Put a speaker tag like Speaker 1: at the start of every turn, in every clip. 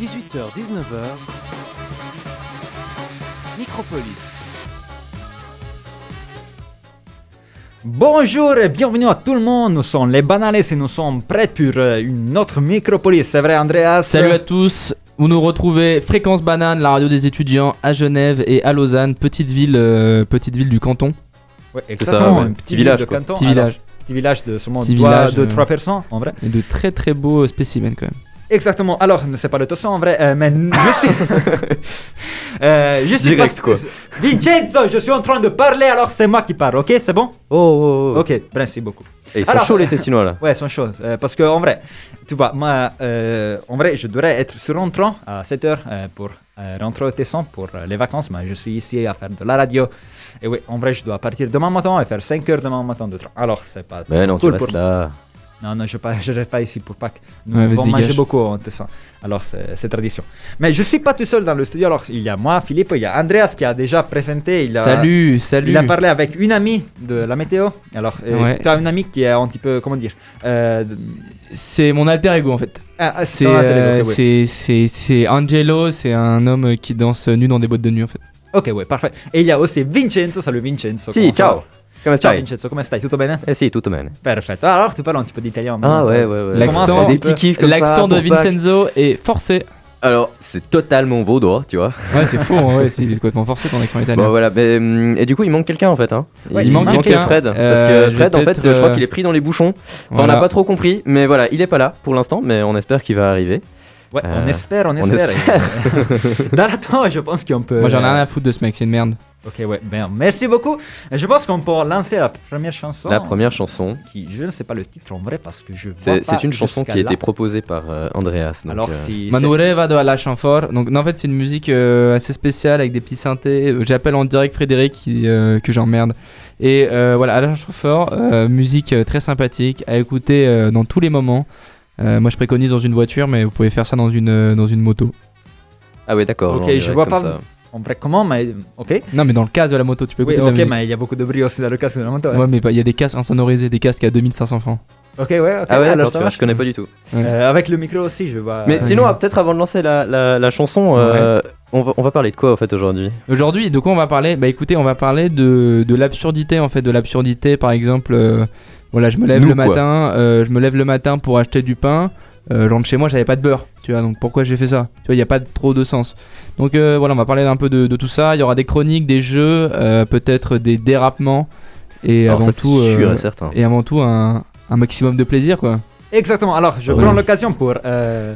Speaker 1: 18h, 19h, Micropolis.
Speaker 2: Bonjour et bienvenue à tout le monde, nous sommes les Banales et nous sommes prêts pour euh, une autre micropolis, c'est vrai Andreas
Speaker 3: Salut à tous, vous nous retrouvez Fréquence Banane, la radio des étudiants à Genève et à Lausanne, petite ville, euh, petite ville du canton,
Speaker 2: Ouais,
Speaker 4: ça,
Speaker 2: exactement,
Speaker 4: ouais.
Speaker 2: un
Speaker 4: Petit
Speaker 2: ville
Speaker 4: village,
Speaker 2: de
Speaker 4: quoi.
Speaker 2: canton,
Speaker 3: petit
Speaker 2: alors,
Speaker 3: village.
Speaker 2: petit village de seulement
Speaker 3: Petit
Speaker 2: 2-3
Speaker 3: village, euh,
Speaker 2: personnes en vrai.
Speaker 3: Et de très très beaux euh, spécimens quand même.
Speaker 2: Exactement, alors c'est pas le tosson en vrai, euh, mais n- je suis... Euh, je suis
Speaker 4: Direct, quoi.
Speaker 2: Vincenzo, je suis en train de parler alors c'est moi qui parle, ok c'est bon
Speaker 4: Oh,
Speaker 2: Ok, merci beaucoup.
Speaker 4: Et ils sont
Speaker 2: Alors-
Speaker 4: chauds les Tessinois là.
Speaker 2: Ouais, sans chose. Euh, parce que en vrai, tu vois, moi, euh, en vrai, je devrais être sur un train à 7h pour euh, rentrer au Tesson pour euh, les vacances, mais je suis ici à faire de la radio. Et oui, en vrai, je dois partir demain matin et faire 5 heures demain matin de train. Alors, c'est pas
Speaker 4: Mais non, tu
Speaker 2: cool
Speaker 4: restes
Speaker 2: pour-
Speaker 4: là.
Speaker 2: Non, non, je ne je reste pas ici pour Pâques. Nous
Speaker 3: Ouais, mais
Speaker 2: devons manger
Speaker 3: dégage.
Speaker 2: beaucoup au Tesson. Alors, c'est c'est tradition. Mais je suis pas tout seul dans le studio. Alors, il y a moi, Philippe, il y a Andreas qui a déjà présenté. Il a,
Speaker 3: Salut, salut.
Speaker 2: il a parlé avec une amie de la météo. Alors, euh,
Speaker 3: Ouais.
Speaker 2: tu as une amie qui est un petit peu, comment dire, euh,
Speaker 3: C'est mon alter ego en fait.
Speaker 2: ah, ah,
Speaker 3: C'est
Speaker 2: dans la télé,
Speaker 3: euh,
Speaker 2: ok, ouais.
Speaker 3: c'est- c'est- c'est Angelo, c'est un homme qui danse nu dans des boîtes de nuit en fait.
Speaker 2: Ok, ouais, parfait. E il y a aussi Vincenzo, salut Vincenzo.
Speaker 4: Sì,
Speaker 2: comment ça
Speaker 4: ciao.
Speaker 2: va?
Speaker 4: Come
Speaker 2: Ciao
Speaker 4: stai?
Speaker 2: Vincenzo, come stai? Tutto bene?
Speaker 4: Eh sì, tutto bene.
Speaker 2: Perfetto. Ah, Alors, tu parles un petit peu d'italien. en même
Speaker 4: Ah
Speaker 2: temps.
Speaker 4: ouais, ouais, ouais.
Speaker 3: L'accent-
Speaker 4: C'est des petits kiffs comme ça.
Speaker 3: L'accent de
Speaker 4: pour Pâques.
Speaker 3: Vincenzo est forcé.
Speaker 4: Alors, c'est totalement vaudois, tu vois.
Speaker 3: Ouais, c'est fou, hein, ouais, c'est il est complètement forcé ton accent italien.
Speaker 4: Bon, voilà. mais, hum, et du coup, il manque quelqu'un en fait. Hein.
Speaker 2: Ouais,
Speaker 4: il,
Speaker 2: il manque
Speaker 4: manque
Speaker 3: quelqu'un.
Speaker 4: Fred.
Speaker 3: Euh,
Speaker 4: parce que Fred,
Speaker 3: je vais
Speaker 4: en fait,
Speaker 3: peut-être,
Speaker 4: je crois
Speaker 3: euh,
Speaker 4: qu'il est pris dans les bouchons. Enfin,
Speaker 3: Voilà.
Speaker 4: On n'a pas trop compris, mais voilà, il est pas là pour l'instant, mais on espère qu'il va arriver.
Speaker 2: Ouais, on
Speaker 4: Euh,
Speaker 2: espère, on
Speaker 4: on
Speaker 2: espère. dans l'attente, je pense qu'on peut. euh,
Speaker 3: Moi j'en ai rien à foutre de ce mec, c'est une merde.
Speaker 2: Ok, ouais, bien. Merci beaucoup. Je pense qu'on peut lancer la première chanson.
Speaker 4: La première chanson,
Speaker 2: Qui, je ne sais pas le titre en vrai parce que je vois.
Speaker 4: c'est
Speaker 2: pas
Speaker 4: c'est une chanson
Speaker 2: jusqu'à
Speaker 4: qui a été
Speaker 2: là.
Speaker 4: proposée par euh, Andreas. donc,
Speaker 2: Alors,
Speaker 4: euh,
Speaker 2: si.
Speaker 3: Manure vado alla chanfort. Donc non, en fait c'est une musique euh, assez spéciale avec des petits synthés. Euh, J'appelle en direct Frédéric qui, euh, que j'emmerde. Et euh, voilà, alla chanfort, euh, musique euh, très sympathique à écouter euh, dans tous les moments. Euh, moi je préconise dans une voiture, mais vous pouvez faire ça dans une, euh, dans une moto.
Speaker 4: Ah ouais, d'accord.
Speaker 2: Ok,
Speaker 4: genre,
Speaker 2: je
Speaker 4: direct
Speaker 2: vois
Speaker 4: comme
Speaker 2: pas-
Speaker 4: ça.
Speaker 2: En vrai, comment Mais. Ok.
Speaker 3: Non mais dans le casque de la moto, tu peux
Speaker 2: Oui,
Speaker 3: écouter de
Speaker 2: ok,
Speaker 3: la musique.
Speaker 2: mais il y a beaucoup de bruit aussi dans le casque de la moto. hein.
Speaker 3: Ouais, mais bah, il y a des casques insonorisés, des casques à 2500 francs.
Speaker 2: Ok, ouais, ok.
Speaker 4: Ah ouais,
Speaker 2: alors ça
Speaker 4: d'accord, tu vois,
Speaker 2: marche.
Speaker 4: je connais pas du tout.
Speaker 2: Euh, avec le micro aussi, je vois.
Speaker 4: Mais
Speaker 3: Euh,
Speaker 4: sinon, ah, peut-être avant de lancer la, la, la chanson, euh, on, va, on va parler de quoi en fait aujourd'hui
Speaker 3: Aujourd'hui, de quoi on va parler Bah écoutez, on va parler de, de l'absurdité en fait, de l'absurdité par exemple. euh, voilà, je me lève
Speaker 4: Nous,
Speaker 3: le
Speaker 4: quoi.
Speaker 3: matin, euh, je me lève le matin pour acheter du pain. Euh, je rentre chez moi, j'avais pas de beurre, tu vois. Donc pourquoi j'ai fait ça Tu vois, il y a pas de- trop de sens. Donc euh, voilà, on va parler un peu de, de tout ça. Il y aura des chroniques, des jeux, euh, peut-être des dérapements et
Speaker 4: Alors
Speaker 3: avant
Speaker 4: ça, c'est
Speaker 3: tout
Speaker 4: sûr
Speaker 3: euh,
Speaker 4: et certain.
Speaker 3: et avant tout un, un maximum de plaisir quoi.
Speaker 2: Exactement. Alors, je
Speaker 3: Ouais.
Speaker 2: prends l'occasion pour euh,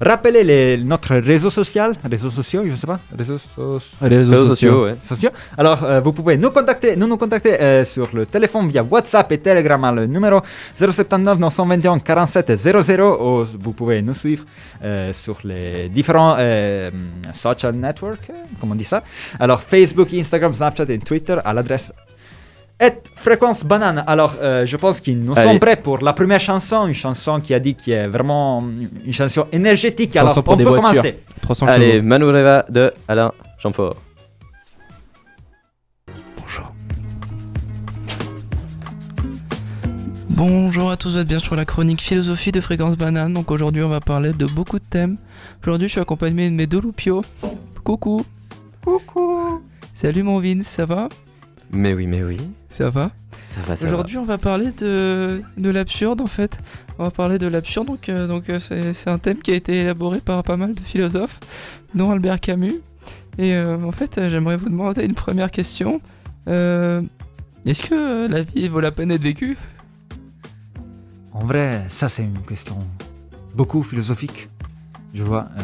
Speaker 2: rappeler les, notre réseau social, réseaux sociaux, je ne sais pas, réseaux so-
Speaker 3: Les réseaux,
Speaker 4: Réseaux
Speaker 3: sociaux.
Speaker 4: sociaux, ouais.
Speaker 2: sociaux. Alors, euh, vous pouvez nous contacter, nous nous contacter euh, sur le téléphone via WhatsApp et Telegram à le numéro 079 921 47 00. Ou Oh, vous pouvez nous suivre euh, sur les différents euh, social networks, euh, comme on dit ça. Alors, Facebook, Instagram, Snapchat et Twitter à l'adresse et fréquence banane. Alors, euh, je pense qu'ils
Speaker 3: Ah
Speaker 2: nous
Speaker 4: Allez.
Speaker 2: sont prêts pour la première chanson, une chanson qui a dit qui est vraiment une chanson énergétique.
Speaker 3: Chanson
Speaker 2: Alors,
Speaker 3: pour
Speaker 2: on
Speaker 3: des
Speaker 2: peut
Speaker 3: voitures.
Speaker 2: commencer.
Speaker 3: 300
Speaker 4: Allez,
Speaker 3: chevaux.
Speaker 4: Manureva de Alain Chamfort.
Speaker 3: Bonjour à tous, vous êtes bien sur la chronique philosophie de Fréquence Banane. Donc aujourd'hui, on va parler de beaucoup de thèmes. Aujourd'hui, je suis accompagné de mes deux loupios. Coucou. Coucou. Salut mon Vince, ça va
Speaker 4: Mais oui, mais oui.
Speaker 3: Ça va
Speaker 4: Ça va, ça va.
Speaker 3: Aujourd'hui, on va parler de, de l'absurde en fait. On va parler de l'absurde, donc euh, donc euh, c'est c'est un thème qui a été élaboré par pas mal de philosophes, dont Albert Camus. Et euh, en fait, euh, j'aimerais vous demander une première question. Euh, Est-ce que euh, la vie vaut la peine d'être vécue
Speaker 2: En vrai, ça c'est une question beaucoup philosophique. Je vois, euh,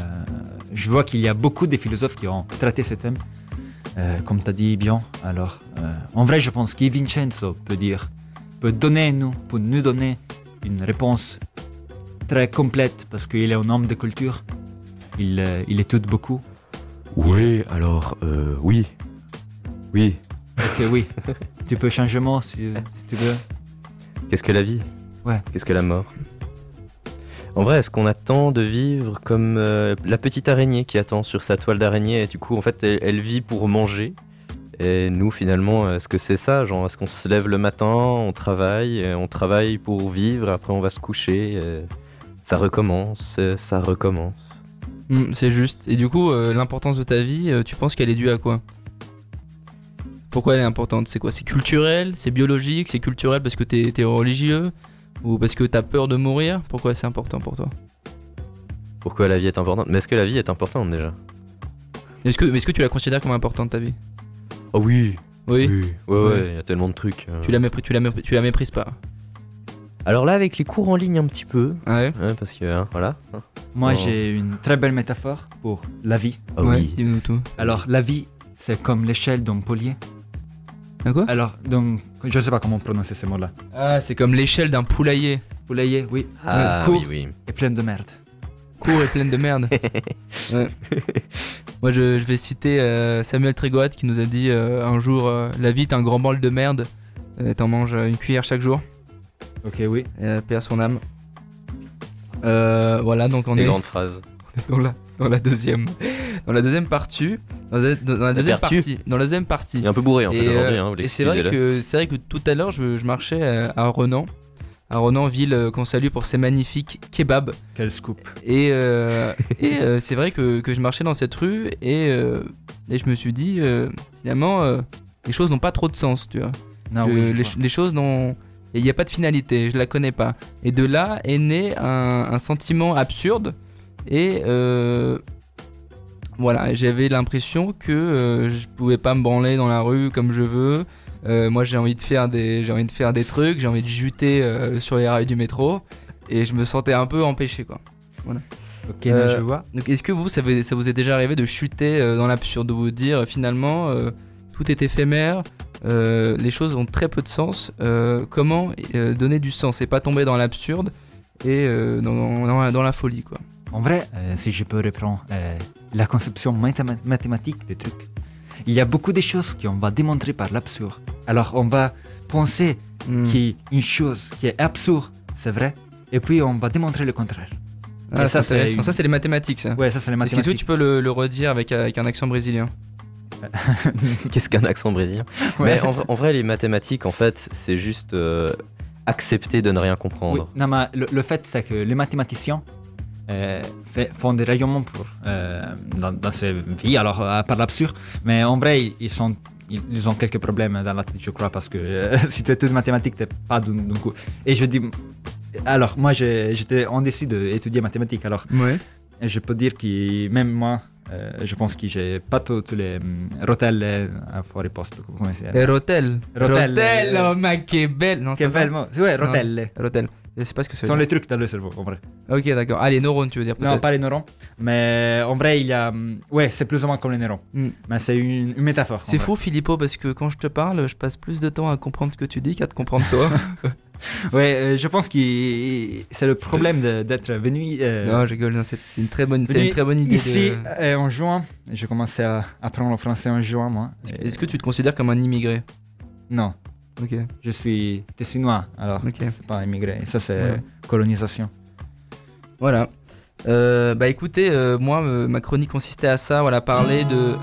Speaker 2: je vois qu'il y a beaucoup de philosophes qui ont traité ce thème, Euh, comme tu as dit bien. Alors, euh, en vrai, je pense que Vincenzo peut dire, peut donner nous, peut nous donner une réponse très complète parce qu'il est un homme de culture. Il, euh, il étude beaucoup.
Speaker 4: Oui, alors, euh, oui. Oui.
Speaker 2: Ok, oui. tu peux changer mot si, si tu veux.
Speaker 4: Qu'est-ce que la vie
Speaker 2: Ouais.
Speaker 4: Qu'est-ce que la mort En vrai, est-ce qu'on attend de vivre comme euh, la petite araignée qui attend sur sa toile d'araignée et du coup, en fait, elle, elle vit pour manger et nous, finalement, est-ce que c'est ça Genre, est-ce qu'on se lève le matin, on travaille, euh, on travaille pour vivre, après on va se coucher, euh, ça recommence, euh, ça recommence.
Speaker 3: Mm, c'est juste. Et du coup, euh, l'importance de ta vie, euh, tu penses qu'elle est due à quoi Pourquoi elle est importante C'est quoi C'est culturel C'est biologique C'est culturel parce que t'es es religieux Ou parce que t'as peur de mourir Pourquoi c'est important pour toi
Speaker 4: Pourquoi la vie est importante Mais est-ce que la vie est importante déjà
Speaker 3: Est-ce que, est que tu la considères comme importante ta vie
Speaker 4: Ah oui
Speaker 3: Oui.
Speaker 4: Ouais,
Speaker 3: Oui.
Speaker 4: ouais, il y a tellement de trucs. euh.
Speaker 3: Tu, la mépri- tu, la mépri- tu la méprises pas.
Speaker 4: Alors là, avec les cours en ligne un petit peu,
Speaker 3: Ah ouais
Speaker 4: hein, parce que hein, voilà.
Speaker 2: Moi,
Speaker 4: Oh.
Speaker 2: j'ai une très belle métaphore pour la vie.
Speaker 4: Ah
Speaker 3: Ouais,
Speaker 4: oui.
Speaker 3: dis-nous tout.
Speaker 2: Alors, la vie, c'est comme l'échelle d'un polier.
Speaker 3: À quoi
Speaker 2: Alors, donc, je sais pas comment prononcer ce mot-là.
Speaker 3: Ah, c'est comme l'échelle d'un poulailler.
Speaker 2: Poulailler, oui.
Speaker 4: Ah
Speaker 2: Court
Speaker 4: oui, oui.
Speaker 2: et pleine de merde.
Speaker 3: Court et pleine de merde. Ouais. Moi, je, je vais citer euh, Samuel Trégoat qui nous a dit euh, un jour euh, La vie est un grand bol de merde. Euh, T'en manges euh, une cuillère chaque jour.
Speaker 2: Ok, oui.
Speaker 3: Euh, paix à son âme. Euh, voilà, donc on
Speaker 4: Des
Speaker 3: est
Speaker 4: grandes phrases.
Speaker 3: dans la, dans la deuxième. Dans la deuxième partie. Dans la, dans la deuxième
Speaker 4: vertu.
Speaker 3: partie. Dans la deuxième partie.
Speaker 4: Il est un peu bourré en fait
Speaker 3: Et,
Speaker 4: aujourd'hui,
Speaker 3: euh,
Speaker 4: hein, vous
Speaker 3: Et c'est vrai
Speaker 4: l'excusez-le.
Speaker 3: que c'est vrai que tout à l'heure je, je marchais euh, à Renan, à Renan ville euh, qu'on salue pour ses magnifiques kebabs
Speaker 2: Quel scoop.
Speaker 3: et euh, et euh, c'est vrai que, que je marchais dans cette rue et euh, et je me suis dit euh, finalement euh, les choses n'ont pas trop de sens tu vois
Speaker 2: Non,
Speaker 3: Que
Speaker 2: Ah oui, je
Speaker 3: Euh, les,
Speaker 2: vois.
Speaker 3: les choses n'ont il n'y a pas de finalité je la connais pas et de là est né un, un sentiment absurde et euh, voilà, j'avais l'impression que euh, je pouvais pas me branler dans la rue comme je veux. Euh, moi, j'ai envie de faire des, j'ai envie de faire des trucs, j'ai envie de juter euh, sur les rails du métro, et je me sentais un peu empêché, quoi.
Speaker 2: Ok, non,
Speaker 3: euh,
Speaker 2: je vois.
Speaker 3: Donc, est-ce que vous, ça vous, ça vous est déjà arrivé de chuter euh, dans l'absurde, de vous dire euh, finalement euh, tout est éphémère, euh, les choses ont très peu de sens. euh, comment euh, donner du sens et pas tomber dans l'absurde et euh, dans, dans la- dans la folie, quoi.
Speaker 2: En vrai, euh, si je peux reprendre euh, la conception mathéma- mathématique des trucs, il y a beaucoup de choses qu'on va démontrer par l'absurde. Alors, on va penser
Speaker 3: Hmm.
Speaker 2: qu'une chose qui est absurde, c'est vrai, et puis on va démontrer le contraire.
Speaker 3: Ah,
Speaker 2: Et
Speaker 3: ça,
Speaker 2: ça,
Speaker 3: c'est
Speaker 2: c'est
Speaker 3: intéressant.
Speaker 2: une-
Speaker 3: ça, c'est les mathématiques, ça.
Speaker 2: Ouais, ça, c'est les
Speaker 3: Est-ce que si
Speaker 2: mathématiques.
Speaker 3: tu peux le, le redire avec, avec un accent brésilien
Speaker 4: Qu'est-ce qu'un accent brésilien
Speaker 2: Ouais.
Speaker 4: Mais en, en vrai, les mathématiques, en fait, c'est juste euh, accepter de ne rien
Speaker 2: Oui,
Speaker 4: comprendre.
Speaker 2: non, mais le, le fait, c'est que les mathématiciens euh, fait- font des rayonnements pour, euh, dans, dans ces vies, alors euh, par l'absurde, mais en vrai, ils, ils sont, ils, ils ont quelques problèmes dans la tête, je crois, parce que euh, si tu étudies mathématiques, t'es pas d'un d'un coup. Et je dis, alors moi, j'ai- j'étais indécis d'étudier mathématiques, alors
Speaker 3: Ouais.
Speaker 2: et je peux dire que même moi, euh, je pense que j'ai pas tous tous les hum, rotelles euh, à forêt poste, comment c'est
Speaker 3: Euh, Rotel.
Speaker 2: Rotel.
Speaker 3: Rotel, oh ma que belle. Non, c'est
Speaker 2: Quel
Speaker 3: pas ça.
Speaker 2: bel mot. Ouais,
Speaker 3: Non,
Speaker 2: rotelles.
Speaker 3: Rotel. Je sais pas ce que
Speaker 2: Ce
Speaker 3: c'est.
Speaker 2: sont les trucs dans le cerveau, en vrai.
Speaker 3: Ok, d'accord. Ah, les neurones, tu veux dire
Speaker 2: Non,
Speaker 3: peut-être
Speaker 2: pas les neurons. Mais en vrai, il y a. hum, Ouais, c'est plus ou moins comme les neurons.
Speaker 3: Mm.
Speaker 2: Mais c'est une, une métaphore. en
Speaker 3: C'est
Speaker 2: vrai.
Speaker 3: fou, Filippo, parce que quand je te parle, je passe plus de temps à comprendre ce que tu dis qu'à te comprendre toi.
Speaker 2: Ouais, euh, je pense que c'est le problème de- d'être venu. euh,
Speaker 3: non, je rigole. non, C'est c'est une très bonne, c'est
Speaker 2: Venu
Speaker 3: une très bonne idée.
Speaker 2: Ici,
Speaker 3: de-
Speaker 2: euh, en juin, j'ai commencé à apprendre le français en juin, moi.
Speaker 3: Est-ce-
Speaker 2: Et-
Speaker 3: Est-ce que tu te considères comme un immigré
Speaker 2: Non,
Speaker 3: Ok.
Speaker 2: je suis tessinois, alors
Speaker 3: Ok.
Speaker 2: c'est pas immigré. Ça, c'est
Speaker 3: Ouais.
Speaker 2: colonisation.
Speaker 3: Voilà. Euh, bah écoutez, euh, moi, euh, ma chronique consistait à ça, voilà, parler de...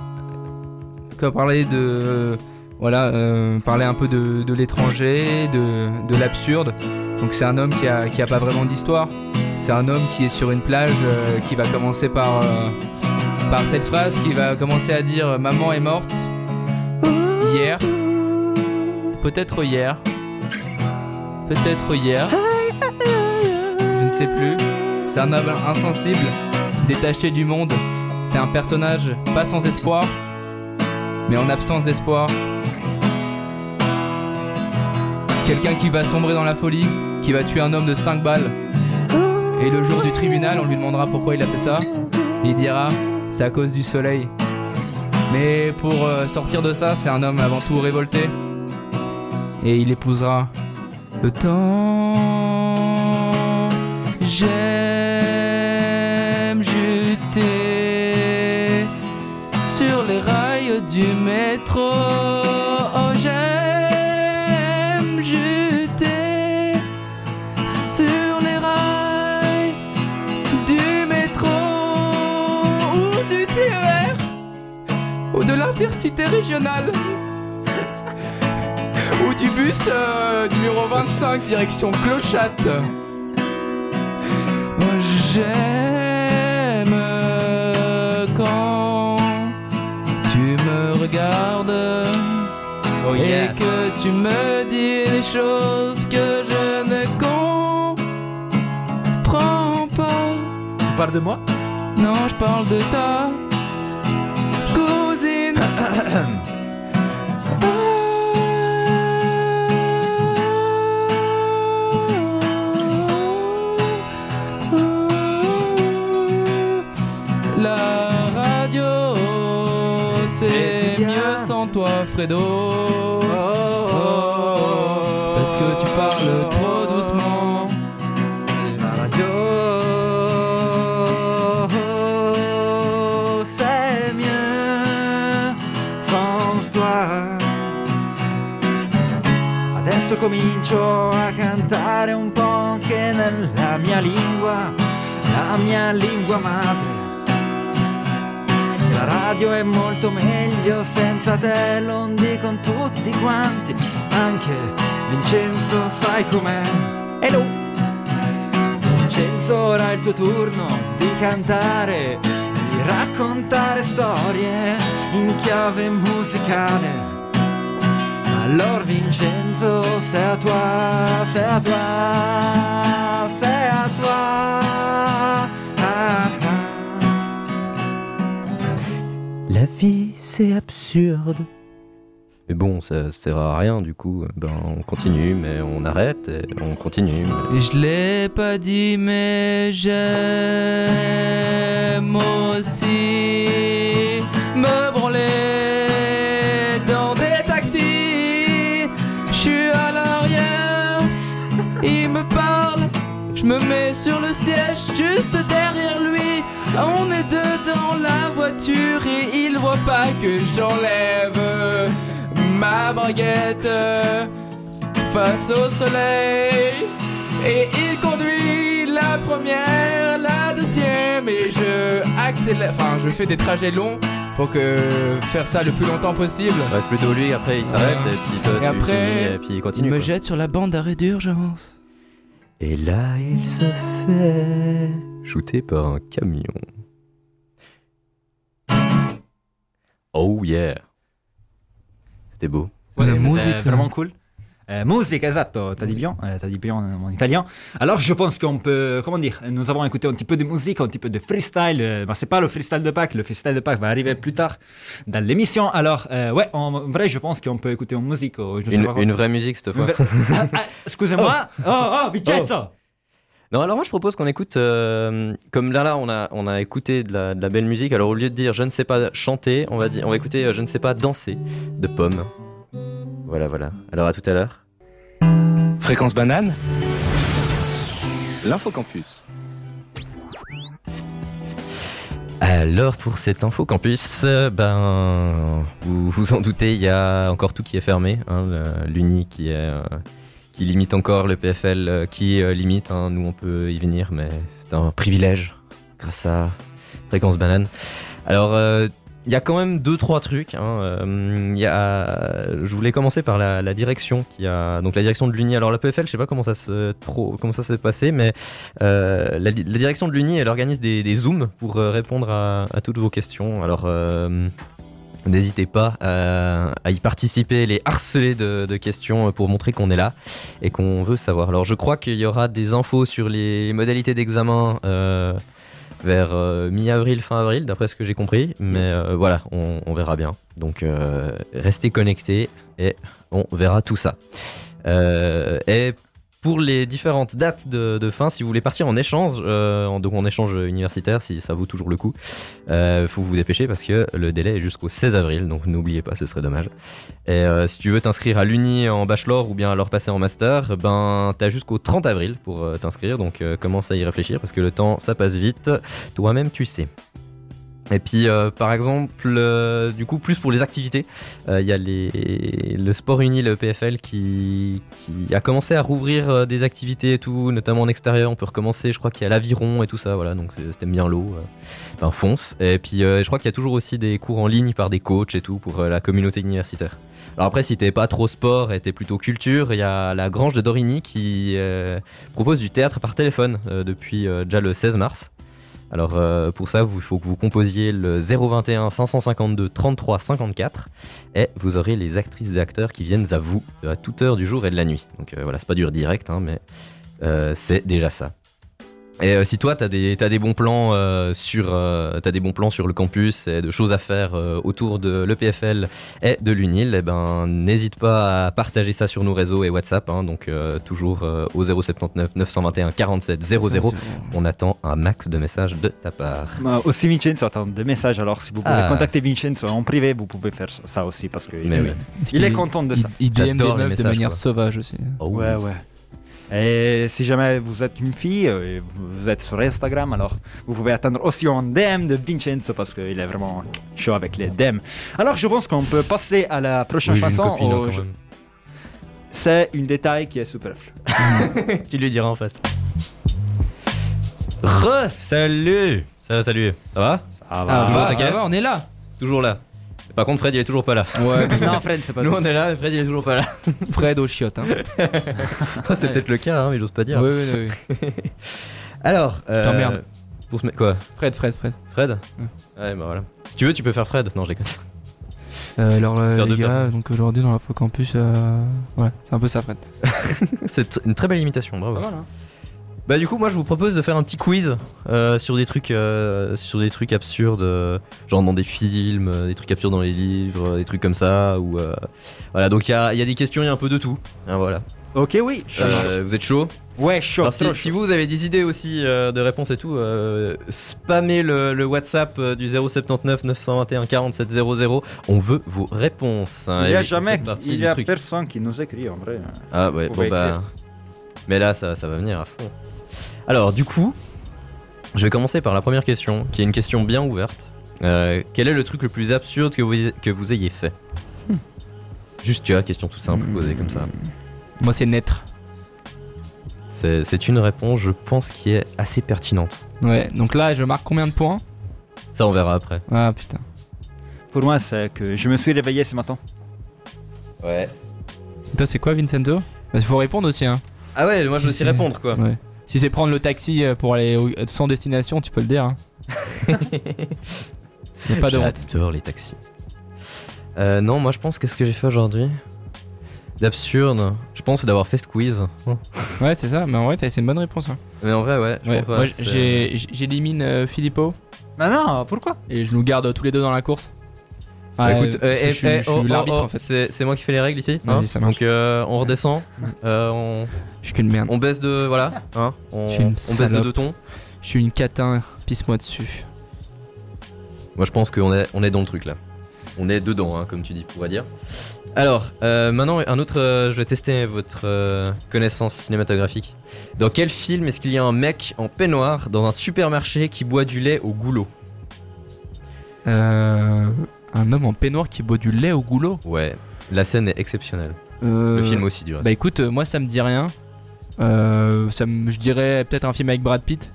Speaker 3: Quoi, parler de... euh, voilà, euh, parler un peu de, de l'étranger, de, de l'absurde. Donc c'est un homme qui a, qui a pas vraiment d'histoire. C'est un homme qui est sur une plage, euh, qui va commencer par, euh, par cette phrase, qui va commencer à dire « Maman est morte hier, peut-être hier, peut-être hier, je ne sais plus ». C'est un homme insensible, détaché du monde. C'est un personnage pas sans espoir, mais en absence d'espoir. C'est quelqu'un qui va sombrer dans la folie, qui va tuer un homme de 5 balles. Et le jour du tribunal, on lui demandera pourquoi il a fait ça. Il dira, c'est à cause du soleil. Mais pour euh, sortir de ça, c'est un homme avant tout révolté. Et il épousera le temps. J'aime jeter sur les rails du métro. Oh, j'aime jeter sur les rails du métro ou du TER ou de l'intercité régionale ou du bus euh, numéro 25 direction Clochette. Moi, J'aime
Speaker 2: Oh,
Speaker 3: Oh, Tu me dis des choses que je ne comprends pas.
Speaker 2: Tu parles de moi
Speaker 3: Non, je parle de ta cousine. La radio, c'est mieux sans toi, Fredo. Oh. Parce que tu parles trop doucement.
Speaker 2: La radio, c'est mieux sans toi. Adesso comincio a cantare un po' anche nella mia lingua, la mia lingua madre. La radio è molto meglio senza te, lo dico in tutti quanti, anche Vincenzo sai com'è. Hello! Vincenzo, ora è il tuo turno di cantare, di raccontare storie in chiave musicale. Allora Vincenzo, sei a tua, sei a tua, sei a tua. Ah, ah.
Speaker 4: La vie, c'est absurde. Mais bon, ça sert à rien du coup. Ben, on continue, mais on arrête, et on continue. mais-
Speaker 3: Et je l'ai pas dit, mais j'aime aussi me branler dans des taxis. Je suis à l'arrière, il me parle, je me mets sur le siège juste derrière lui. On est deux dans la voiture et il voit pas que j'enlève ma braguette face au soleil. Et il conduit la première, la deuxième et je accélère. Enfin, je fais des trajets longs pour que faire ça le plus longtemps possible.
Speaker 4: Ouais, c'est plutôt lui, après il s'arrête,
Speaker 3: Ouais.
Speaker 4: et puis toi
Speaker 3: Et
Speaker 4: tu
Speaker 3: après,
Speaker 4: finis, et puis il
Speaker 3: Il
Speaker 4: continue.
Speaker 3: me
Speaker 4: quoi.
Speaker 3: jette sur la bande d'arrêt d'urgence.
Speaker 4: Et là, il se fait shooter par un camion. Oh yeah. C'était beau.
Speaker 3: Ouais,
Speaker 2: C'était
Speaker 5: hein.
Speaker 3: musique.
Speaker 2: vraiment cool. Euh, musique, esatto, t'as dit bien, euh, t'as dit bien en en italien. Alors je pense qu'on peut, comment dire, nous avons écouté un petit peu de musique, un petit peu de freestyle. euh, bah, c'est pas le freestyle de Pâques, le freestyle de Pâques va arriver plus tard dans l'émission. Alors euh, ouais, en vrai je pense qu'on peut écouter en musique. euh, je sais
Speaker 4: Une,
Speaker 2: pas quoi.
Speaker 4: une vraie musique cette fois.
Speaker 2: Une vraie- Ah, ah, Excusez-moi. Oh, oh, Vincenzo
Speaker 4: Non, alors moi je propose qu'on écoute, euh, comme là là on a, on a écouté de la, de la belle musique, alors au lieu de dire je ne sais pas chanter, on va, dire, on va écouter euh, je ne sais pas danser de Pomme. Voilà, voilà. Alors à tout à l'heure.
Speaker 6: Fréquence banane L'infocampus.
Speaker 4: Alors pour cet info campus, euh, ben vous vous en doutez, il y a encore tout qui est fermé, hein, le- l'Uni qui est euh, qui limite encore le PFL, euh, qui euh, limite. hein, nous on peut y venir, mais c'est un privilège grâce à Fréquence Banane. Alors euh, il y a quand même deux trois trucs. hein, euh, il y a, je voulais commencer par la, la direction qui a donc la direction de l'Uni. Alors la PFL, je sais pas comment ça se trop comment ça s'est passé, mais euh, la, la direction de l'Uni, elle organise des, des Zooms pour euh, répondre à, à toutes vos questions. Alors, euh, n'hésitez pas à, à y participer, les harceler de, de questions euh, pour montrer qu'on est là et qu'on veut savoir. Alors, je crois qu'il y aura des infos sur les modalités d'examen. euh, vers euh, mi-avril, fin avril, d'après ce que j'ai compris. Mais euh, voilà, on, on verra bien. Donc euh, restez connectés et on verra tout ça. Euh, et pour les différentes dates de, de fin, si vous voulez partir en échange, euh, en, donc en échange universitaire, si ça vaut toujours le coup, euh, faut vous dépêcher parce que le délai est jusqu'au 16 avril, donc n'oubliez pas, ce serait dommage. Et euh, si tu veux t'inscrire à l'Uni en bachelor ou bien alors passer en master, ben t'as jusqu'au 30 avril pour euh, t'inscrire, donc euh, commence à y réfléchir parce que le temps ça passe vite, toi-même tu sais. Et puis euh, par exemple, euh, du coup plus pour les activités, euh, Il y a les- le sport uni, le PFL, qui, qui a commencé à rouvrir euh, des activités et tout, notamment en extérieur. On peut recommencer, je crois qu'il y a l'aviron et tout ça, voilà, donc c'est- c'était bien l'eau. euh, ben, fonce. Et puis euh, je crois qu'il y a toujours aussi des cours en ligne par des coachs et tout pour euh, la communauté universitaire. Alors après, si t'es pas trop sport et t'es plutôt culture, il y a la Grange de Dorigny qui euh, propose du théâtre par téléphone euh, depuis euh, déjà le 16 mars. Alors euh, pour ça, vous- il faut que vous composiez le 021 552 33 54 et vous aurez les actrices et acteurs qui viennent à vous à toute heure du jour et de la nuit. Donc euh, voilà, c'est pas dur direct, hein, mais euh, c'est déjà ça. Et euh, si toi, t'as des, t'as des bons plans euh, sur, euh, t'as des bons plans sur le campus et de choses à faire euh, autour de l'EPFL et de l'UNIL, eh ben n'hésite pas à partager ça sur nos réseaux et WhatsApp. hein, donc euh, toujours euh, au 079 921 47 00. On attend un max de messages de ta part.
Speaker 2: Bah, aussi Vincenzo attend des messages, alors si vous pouvez
Speaker 4: Ah.
Speaker 2: contacter Vincenzo en privé, vous pouvez faire ça aussi parce qu'il
Speaker 4: Mais oui.
Speaker 2: il est content de ça.
Speaker 5: Il, il DM des
Speaker 4: J'adore les
Speaker 5: meufs de
Speaker 4: messages,
Speaker 5: manière
Speaker 4: quoi.
Speaker 5: sauvage aussi.
Speaker 4: Oh,
Speaker 2: Ouais, ouais. Et si jamais vous êtes une fille, euh, et vous êtes sur Instagram, alors vous pouvez attendre aussi en DM de Vincenzo parce qu'il est vraiment chaud avec les DM. Alors je pense qu'on peut passer à la prochaine chanson.
Speaker 4: hein,
Speaker 2: au- C'est une détail qui est superflu.
Speaker 4: Tu lui diras en face. Re, salut Ça va, salut. Ça va
Speaker 2: Ça
Speaker 5: Ah,
Speaker 4: va,
Speaker 5: va,
Speaker 4: t'inquiète.
Speaker 5: ça va, on est là.
Speaker 4: Toujours là. Par contre, Fred, il est toujours pas là.
Speaker 5: Ouais,
Speaker 2: non, Fred, c'est pas
Speaker 4: Nous, on est là, et Fred, il est toujours pas là.
Speaker 5: Fred aux chiottes. Hein. Oui,
Speaker 4: c'est peut-être le cas, hein, mais j'ose pas dire.
Speaker 5: oui, oui, oui.
Speaker 4: Alors, euh,
Speaker 5: T'emmerdes.
Speaker 4: Pour se mettre quoi
Speaker 5: Fred, Fred, Fred.
Speaker 4: Fred
Speaker 5: Ouais.
Speaker 4: Ouais, bah voilà. Si tu veux, tu peux faire Fred. Non, je déconne.
Speaker 5: Euh, alors, euh,
Speaker 4: Faire
Speaker 5: les
Speaker 4: deux
Speaker 5: gars,
Speaker 4: personnes.
Speaker 5: donc aujourd'hui dans l'info campus, euh, voilà, c'est un peu ça, Fred.
Speaker 4: C'est une très belle imitation, bravo.
Speaker 5: mal, hein
Speaker 4: Bah du coup moi je vous propose de faire un petit quiz euh, sur des trucs euh, sur des trucs absurdes euh, genre dans des films, euh, des trucs absurdes dans les livres, euh, des trucs comme ça ou euh, voilà donc il y a, il y a des questions, il y a un peu de tout. hein, voilà.
Speaker 2: Ok, oui.
Speaker 4: Euh, vous êtes chaud
Speaker 2: Ouais, chaud.
Speaker 4: Alors, si,
Speaker 2: trop
Speaker 4: si
Speaker 2: chaud.
Speaker 4: vous avez des idées aussi euh, de réponses et tout, euh, spammez le, le WhatsApp euh, du 079 921 47 00. On veut vos réponses. hein,
Speaker 2: Il
Speaker 4: et
Speaker 2: n'y a
Speaker 4: vous
Speaker 2: jamais,
Speaker 4: faites partie
Speaker 2: il
Speaker 4: du
Speaker 2: y a
Speaker 4: truc.
Speaker 2: personne qui nous écrit en vrai.
Speaker 4: Ah ouais,
Speaker 2: Vous
Speaker 4: bon
Speaker 2: pouvez
Speaker 4: bah.
Speaker 2: écrire.
Speaker 4: Mais là, ça, ça va venir à fond. Alors, du coup, je vais commencer par la première question, qui est une question bien ouverte. Euh, quel est le truc le plus absurde que vous, que vous ayez fait
Speaker 5: Hmm.
Speaker 4: Juste, tu vois, question toute simple, posée comme ça.
Speaker 5: Moi, c'est naître.
Speaker 4: C'est c'est une réponse, je pense, qui est assez pertinente.
Speaker 5: Ouais, donc là, je marque combien de points
Speaker 4: Ça, on verra après.
Speaker 5: Ah putain.
Speaker 2: Pour moi, c'est que je me suis réveillé ce matin.
Speaker 4: Ouais.
Speaker 5: Toi, c'est quoi, Vincenzo Il faut répondre aussi, hein.
Speaker 4: Ah ouais, moi je
Speaker 5: Si
Speaker 4: veux aussi
Speaker 5: c'est-
Speaker 4: répondre quoi.
Speaker 5: Ouais. Si c'est prendre le taxi euh, pour aller au- sans destination, tu peux le dire. Hein. Y a pas de honte.
Speaker 4: J'adore les taxis. Euh, non, moi je pense qu'est-ce que j'ai fait aujourd'hui D'absurde. Je pense d'avoir fait ce quiz.
Speaker 5: Ouais, c'est ça, mais en vrai, t'as- c'est une bonne réponse. hein.
Speaker 4: Mais en vrai, ouais. Je
Speaker 5: Ouais,
Speaker 4: pense,
Speaker 5: moi,
Speaker 4: ouais,
Speaker 5: j-
Speaker 4: c'est-
Speaker 5: j'ai- j- j'élimine euh, Filippo
Speaker 2: Mais non, pourquoi
Speaker 5: et je nous garde tous les deux dans la course.
Speaker 4: Bah,
Speaker 5: Ouais,
Speaker 4: écoute, euh,
Speaker 5: parce que
Speaker 4: eh,
Speaker 5: je suis,
Speaker 4: eh,
Speaker 5: je suis
Speaker 4: oh, oh,
Speaker 5: l'arbitre
Speaker 4: oh,
Speaker 5: en fait.
Speaker 4: C'est c'est moi qui fais les règles ici.
Speaker 5: Vas-y,
Speaker 4: hein.
Speaker 5: ça marche.
Speaker 4: Donc euh, on redescend. euh, on,
Speaker 5: Je suis qu'une merde.
Speaker 4: on baisse de. Voilà. hein, on,
Speaker 5: Je suis une
Speaker 4: on baisse de
Speaker 5: salope.
Speaker 4: deux tons.
Speaker 5: Je suis une catin, pisse-moi dessus.
Speaker 4: Moi je pense qu'on est, on est dans le truc là. On est dedans, hein, comme tu dis, on va dire. Alors, euh, maintenant, un autre. euh, je vais tester votre euh, connaissance cinématographique. Dans quel film est-ce qu'il y a un mec en peignoir dans un supermarché qui boit du lait au goulot
Speaker 5: Euh, un homme en peignoir qui boit du lait au goulot.
Speaker 4: Ouais, la scène est exceptionnelle.
Speaker 5: Euh,
Speaker 4: Le film aussi, du reste.
Speaker 5: Bah écoute, euh, moi ça me dit rien. Euh, ça me- je dirais peut-être un film avec Brad Pitt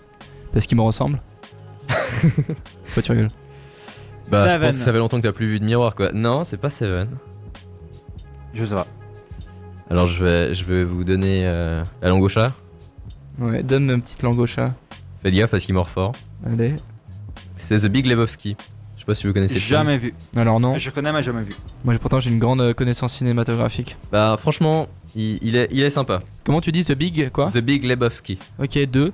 Speaker 5: parce qu'il me ressemble. Pourquoi tu rigoles
Speaker 4: Bah, je pense
Speaker 2: Seven.
Speaker 4: que ça fait longtemps que t'as plus vu de miroir quoi. Non, c'est pas Seven.
Speaker 2: Je sais pas.
Speaker 4: Alors je vais, je vais vous donner euh, la langue au chat.
Speaker 5: Ouais, donne une petite langue au chat.
Speaker 4: Faites gaffe parce qu'il mord fort.
Speaker 5: Allez.
Speaker 4: C'est The Big Lebowski. Je sais pas si vous connaissez le film.
Speaker 2: Jamais vu.
Speaker 5: Alors non,
Speaker 2: Je connais mais jamais vu.
Speaker 5: moi pourtant j'ai une grande euh, connaissance cinématographique.
Speaker 4: Bah franchement, il, il est, il est sympa.
Speaker 5: Comment tu dis The Big
Speaker 2: Hein
Speaker 5: quoi
Speaker 4: The Big Lebowski.
Speaker 5: Ok, 2.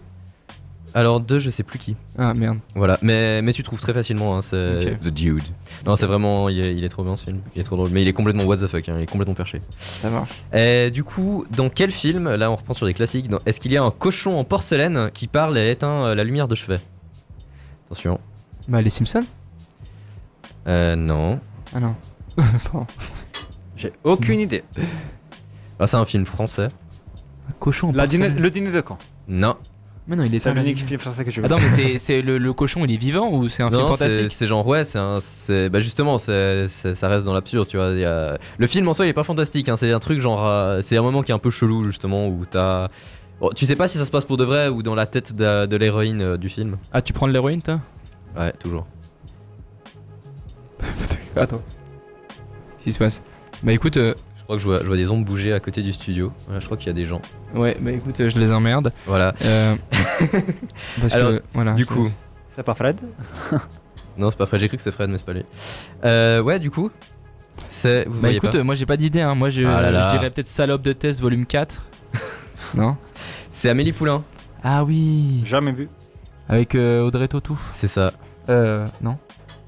Speaker 4: Alors deux, je sais plus qui.
Speaker 5: Ah merde.
Speaker 4: Voilà, mais, mais tu trouves très facilement. Hein, c'est
Speaker 5: Ok.
Speaker 4: The Dude. Non, c'est vraiment, il est, il est trop bien ce film. Il est trop drôle, mais il est complètement what the fuck. hein, il est complètement perché.
Speaker 5: Ça marche.
Speaker 4: Et Euh, du coup, dans quel film, là on reprend sur des classiques, dans- est-ce qu'il y a un cochon en porcelaine qui parle et éteint euh, la lumière de chevet Attention.
Speaker 5: Bah les Simpsons
Speaker 4: Euh, non.
Speaker 5: Ah non. Pardon.
Speaker 2: J'ai aucune idée.
Speaker 4: Ah, c'est un film français.
Speaker 5: Un cochon en
Speaker 2: La
Speaker 5: porcelaine.
Speaker 2: dîner- le dîner de camp.
Speaker 4: Non.
Speaker 5: Mais non, il est
Speaker 2: C'est
Speaker 5: pas
Speaker 2: l'unique
Speaker 5: là.
Speaker 2: film français que je
Speaker 5: Ah, Attends, mais c'est- c'est le, le cochon, il est vivant ou c'est un film
Speaker 4: Non, c'est-
Speaker 5: fantastique
Speaker 4: C'est genre, ouais, c'est un. c'est- Bah, justement, c'est- c'est- ça reste dans l'absurde, tu vois. il y a- Le film en soi, il est pas fantastique, hein, c'est un truc genre. euh, c'est un moment qui est un peu chelou, justement, où t'as. Bon, tu sais pas si ça se passe pour de vrai ou dans la tête de, de l'héroïne euh, du film.
Speaker 5: Ah, tu prends de l'héroïne, toi
Speaker 4: Ouais, toujours.
Speaker 5: Attends. Qu'est-ce qui se passe Bah écoute, euh,
Speaker 4: Je crois que je vois, je vois des ombres bouger à côté du studio. Voilà, je crois qu'il y a des gens.
Speaker 5: ouais, bah écoute, euh, je les emmerde.
Speaker 4: Voilà.
Speaker 5: Euh, parce
Speaker 4: Alors,
Speaker 5: que, voilà.
Speaker 4: Du
Speaker 5: je-
Speaker 4: coup,
Speaker 2: C'est pas Fred
Speaker 4: Non, c'est pas Fred, j'ai cru que c'était Fred, mais c'est pas lui. Euh, ouais, du coup, c'est. Vous
Speaker 5: Bah
Speaker 4: voyez
Speaker 5: écoute,
Speaker 4: pas
Speaker 5: euh, moi j'ai pas d'idée, hein. moi je,
Speaker 4: Ah là là.
Speaker 5: je dirais peut-être Salope de Thèse volume 4. non
Speaker 4: c'est Amélie Poulain.
Speaker 5: Ah oui
Speaker 2: Jamais vu.
Speaker 5: Avec euh, Audrey Tautou.
Speaker 4: C'est ça.
Speaker 5: Euh, non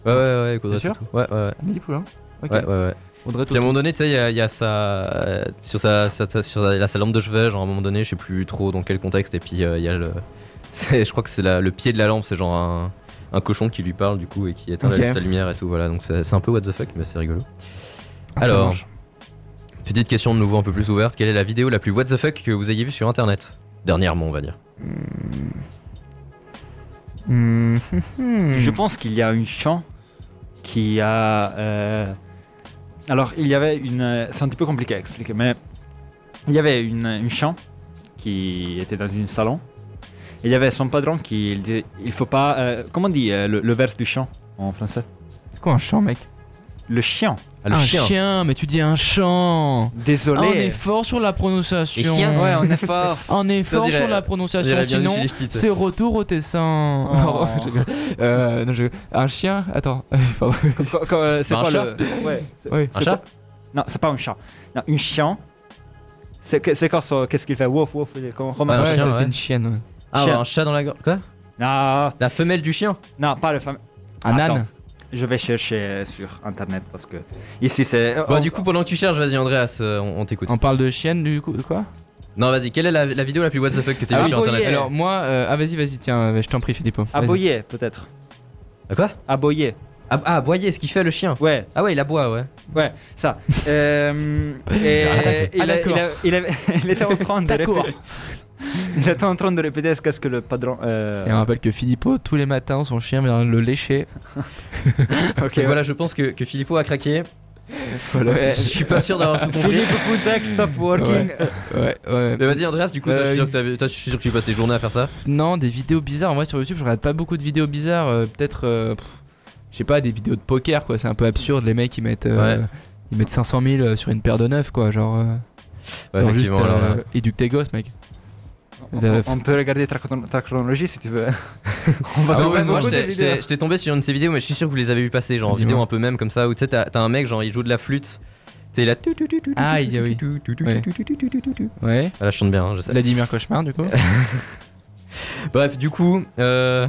Speaker 4: Ouais, ouais, ouais, avec Audrey
Speaker 5: sûr
Speaker 4: Tautou. Ouais, ouais, ouais.
Speaker 5: Amélie Poulain Ok.
Speaker 4: ouais, ouais, ouais.
Speaker 5: Audrey
Speaker 4: Puis à un
Speaker 5: Tautou.
Speaker 4: moment donné, tu sais, il y a, il y a sa, euh, sur sa, sa- sa- sur la, sa lampe de chevet, genre à un moment donné, je sais plus trop dans quel contexte, et puis euh, il y a le. c'est- Je crois que c'est la- le pied de la lampe, c'est genre un, un cochon qui lui parle du coup et qui éteint la-
Speaker 5: Ok.
Speaker 4: sa lumière et tout, voilà, donc c'est c'est un peu what the fuck, mais c'est rigolo.
Speaker 5: Ah, ça
Speaker 4: Alors,
Speaker 5: marche.
Speaker 4: petite question de nouveau un peu plus ouverte, quelle est la vidéo la plus what the fuck que vous ayez vue sur internet Dernièrement, on va dire.
Speaker 5: Hmm, hmm, hmm.
Speaker 2: Je pense qu'il y a une chant qui a. euh, Alors, il y avait une. euh, C'est un petit peu compliqué à expliquer, mais il y avait une, une chant qui était dans un salon. Et il y avait son patron qui il disait il faut pas. euh, comment on dit euh, le, le verse du chant en français
Speaker 5: C'est quoi un chant, mec
Speaker 2: Le chien.
Speaker 4: Ah, le
Speaker 5: Un
Speaker 4: chien
Speaker 5: mais tu dis un chant Ah, On
Speaker 2: Désolé.
Speaker 5: est fort sur la prononciation.
Speaker 4: Les chiens,
Speaker 2: ouais, on est fort.
Speaker 5: On est
Speaker 4: Ça, on
Speaker 5: fort
Speaker 4: dirait-
Speaker 5: sur la
Speaker 4: On
Speaker 5: prononciation,
Speaker 4: dirait bien
Speaker 5: sinon
Speaker 4: du Philippe Tite.
Speaker 5: c'est retour au Tessin.
Speaker 2: Oh.
Speaker 5: Je rigole. Euh, non, je rigole. Un chien Attends, pardon.
Speaker 2: Co- co- euh, C'est
Speaker 4: Un
Speaker 2: quoi
Speaker 4: chat
Speaker 2: le. Ouais. c'est-
Speaker 5: Oui.
Speaker 4: Un
Speaker 2: c'est
Speaker 4: chat
Speaker 2: pas- Non, c'est pas un chat. Non, une chien. C'est que- c'est quand son- qu'est-ce qu'il fait Wouf, wouf. Comment, comment
Speaker 4: Un
Speaker 5: Ouais,
Speaker 2: ça-
Speaker 4: chien,
Speaker 5: ça,
Speaker 4: ouais.
Speaker 5: c'est une chienne. ouais.
Speaker 4: Ah,
Speaker 2: Chien.
Speaker 4: un chat dans la gorge. Quoi
Speaker 2: Non,
Speaker 4: La femelle du chien
Speaker 2: non, pas le fameux.
Speaker 5: Un
Speaker 2: Attends.
Speaker 5: âne
Speaker 2: Je vais chercher sur internet parce que ici c'est. euh, oh,
Speaker 4: Bon, du coup, pendant que tu cherches, vas-y, Andreas, euh, on, on t'écoute.
Speaker 5: On parle de chienne du coup Quoi
Speaker 4: Non, vas-y, quelle est la, la vidéo la plus what the fuck que t'as
Speaker 2: Ah
Speaker 4: vue
Speaker 2: oui,
Speaker 4: sur
Speaker 2: oui,
Speaker 4: internet
Speaker 2: yeah.
Speaker 5: Alors moi, euh, ah vas-y, vas-y, tiens, euh, je t'en prie Filippo. Vas-y.
Speaker 2: aboyer peut-être.
Speaker 4: Ah, Quoi
Speaker 2: Aboyer.
Speaker 4: Ah, ah, aboyer, ce qu'il fait le chien.
Speaker 2: Ouais,
Speaker 4: Ah ouais, il aboie, ouais.
Speaker 2: ouais, ça. Euh, et
Speaker 5: Ah,
Speaker 2: il, a-
Speaker 5: d'accord.
Speaker 2: il a- il a- il était en train de
Speaker 5: D'accord.
Speaker 2: répéter. Il était en train de répéter ce qu'est-ce que le padron. euh,
Speaker 5: Et on rappelle que Filippo, tous les matins, son chien vient le lécher.
Speaker 2: ok,
Speaker 4: Donc
Speaker 2: ouais.
Speaker 4: voilà, je pense que, que Filippo a craqué.
Speaker 2: Ouais.
Speaker 4: Je suis pas sûr d'avoir tout compris.
Speaker 2: Philippe Poutek, stop working.
Speaker 5: Ouais, ouais.
Speaker 4: Mais vas-y, Andreas, du coup, toi,
Speaker 5: Euh,
Speaker 4: je, suis sûr que t'as- toi, je suis sûr que tu passes tes journées à faire ça.
Speaker 5: Non, des vidéos bizarres. Moi sur YouTube, je regarde pas beaucoup de vidéos bizarres. euh, Peut-être, euh, pff, je sais pas, des vidéos de poker quoi. C'est un peu absurde. Les mecs, ils mettent, euh,
Speaker 4: Ouais.
Speaker 5: ils mettent 500 000 euh, sur une paire de neuf quoi. Genre, euh,
Speaker 4: Ouais,
Speaker 5: genre juste
Speaker 4: effectivement. alors,
Speaker 5: euh,
Speaker 4: euh,
Speaker 5: éduque tes gosses, mec.
Speaker 2: On-
Speaker 5: Le-
Speaker 2: On, on peut regarder ta chron- ta chronologie si tu veux. on
Speaker 4: Ah
Speaker 2: va
Speaker 4: ouais,
Speaker 2: trouver
Speaker 4: moi
Speaker 2: beaucoup de
Speaker 4: j'étais-
Speaker 2: vidéos.
Speaker 4: j'étais j'étais tombé sur une de ces vidéos, mais je suis sûr que vous les avez vu passer, genre en
Speaker 5: Dis-moi.
Speaker 4: vidéo un peu même comme ça, où tu sais, t'as t'as un mec, genre il joue de la flûte, t'es là.
Speaker 5: Ah, il y a- oui. Ouais. Ouais.
Speaker 4: Ah, là, je chante bien, hein, je sais.
Speaker 5: Vladimir Cauchemar du coup.
Speaker 4: Bref, du coup, euh.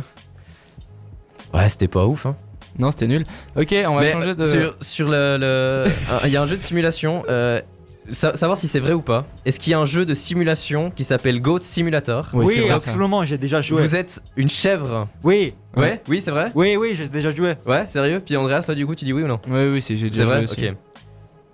Speaker 4: Ouais, c'était pas ouf, hein.
Speaker 5: non, c'était nul. Ok, on va
Speaker 4: Mais
Speaker 5: changer de.
Speaker 4: Sur, sur le. le- un- Il y a un jeu de simulation. euh, sa- savoir si c'est vrai ou pas. Est-ce qu'il y a un jeu de simulation qui s'appelle Goat Simulator
Speaker 5: Ouais, c'est
Speaker 2: oui,
Speaker 5: vrai, ça.
Speaker 2: absolument, j'ai déjà joué.
Speaker 4: Vous êtes une chèvre.
Speaker 2: Oui,
Speaker 4: Ouais,
Speaker 5: Ouais.
Speaker 4: oui, c'est vrai
Speaker 2: oui, oui, j'ai déjà joué.
Speaker 4: Ouais, sérieux Puis Andreas, toi, du coup, tu dis oui ou non
Speaker 5: Ouais, oui, c'est j'ai déjà
Speaker 4: C'est vrai
Speaker 5: joué aussi.
Speaker 4: Ok.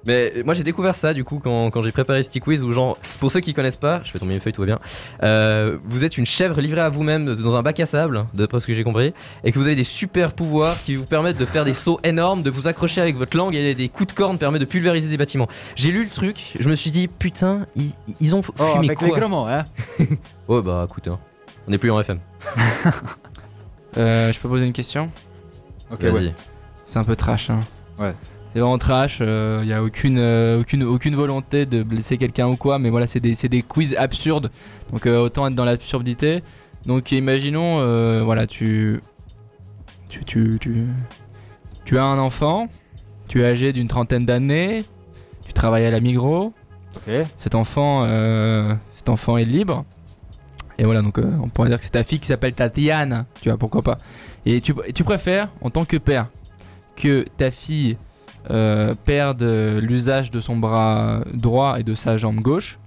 Speaker 4: Mais euh, moi j'ai découvert ça du coup quand, quand j'ai préparé ce petit quiz où genre pour ceux qui connaissent pas, je fais tomber mes feuilles tout va bien. euh, vous êtes une chèvre livrée à vous-même dans un bac à sable, d'après ce que j'ai compris, et que vous avez des super pouvoirs qui vous permettent de faire des sauts énormes, de vous accrocher avec votre langue et des coups de corne permettent de pulvériser des bâtiments. J'ai lu le truc, je me suis dit putain ils, ils ont f-
Speaker 2: Oh,
Speaker 4: fumé
Speaker 2: avec les
Speaker 4: quoi
Speaker 2: gros mots, hein.
Speaker 4: Oh bah écoute hein, on n'est plus en FM.
Speaker 5: Euh, je peux poser une question
Speaker 2: Ok,
Speaker 4: Vas-y.
Speaker 5: C'est un peu trash, hein.
Speaker 2: Ouais.
Speaker 5: C'est vraiment trash, il n'y a aucune, euh, aucune, aucune volonté de blesser quelqu'un ou quoi, mais voilà, c'est des, c'est des quiz absurdes, donc euh, autant être dans l'absurdité. Donc imaginons, euh, voilà, tu tu, tu, tu. tu as un enfant, tu es âgé d'une trentaine d'années, tu travailles à la Migros,
Speaker 2: ok.
Speaker 5: cet enfant, euh, cet enfant est libre. Et voilà, donc euh, on pourrait dire que c'est ta fille qui s'appelle Tatiane, tu vois, pourquoi pas. Et tu, et tu préfères, en tant que père, que ta fille euh, perde euh, l'usage de son bras droit et de sa jambe gauche.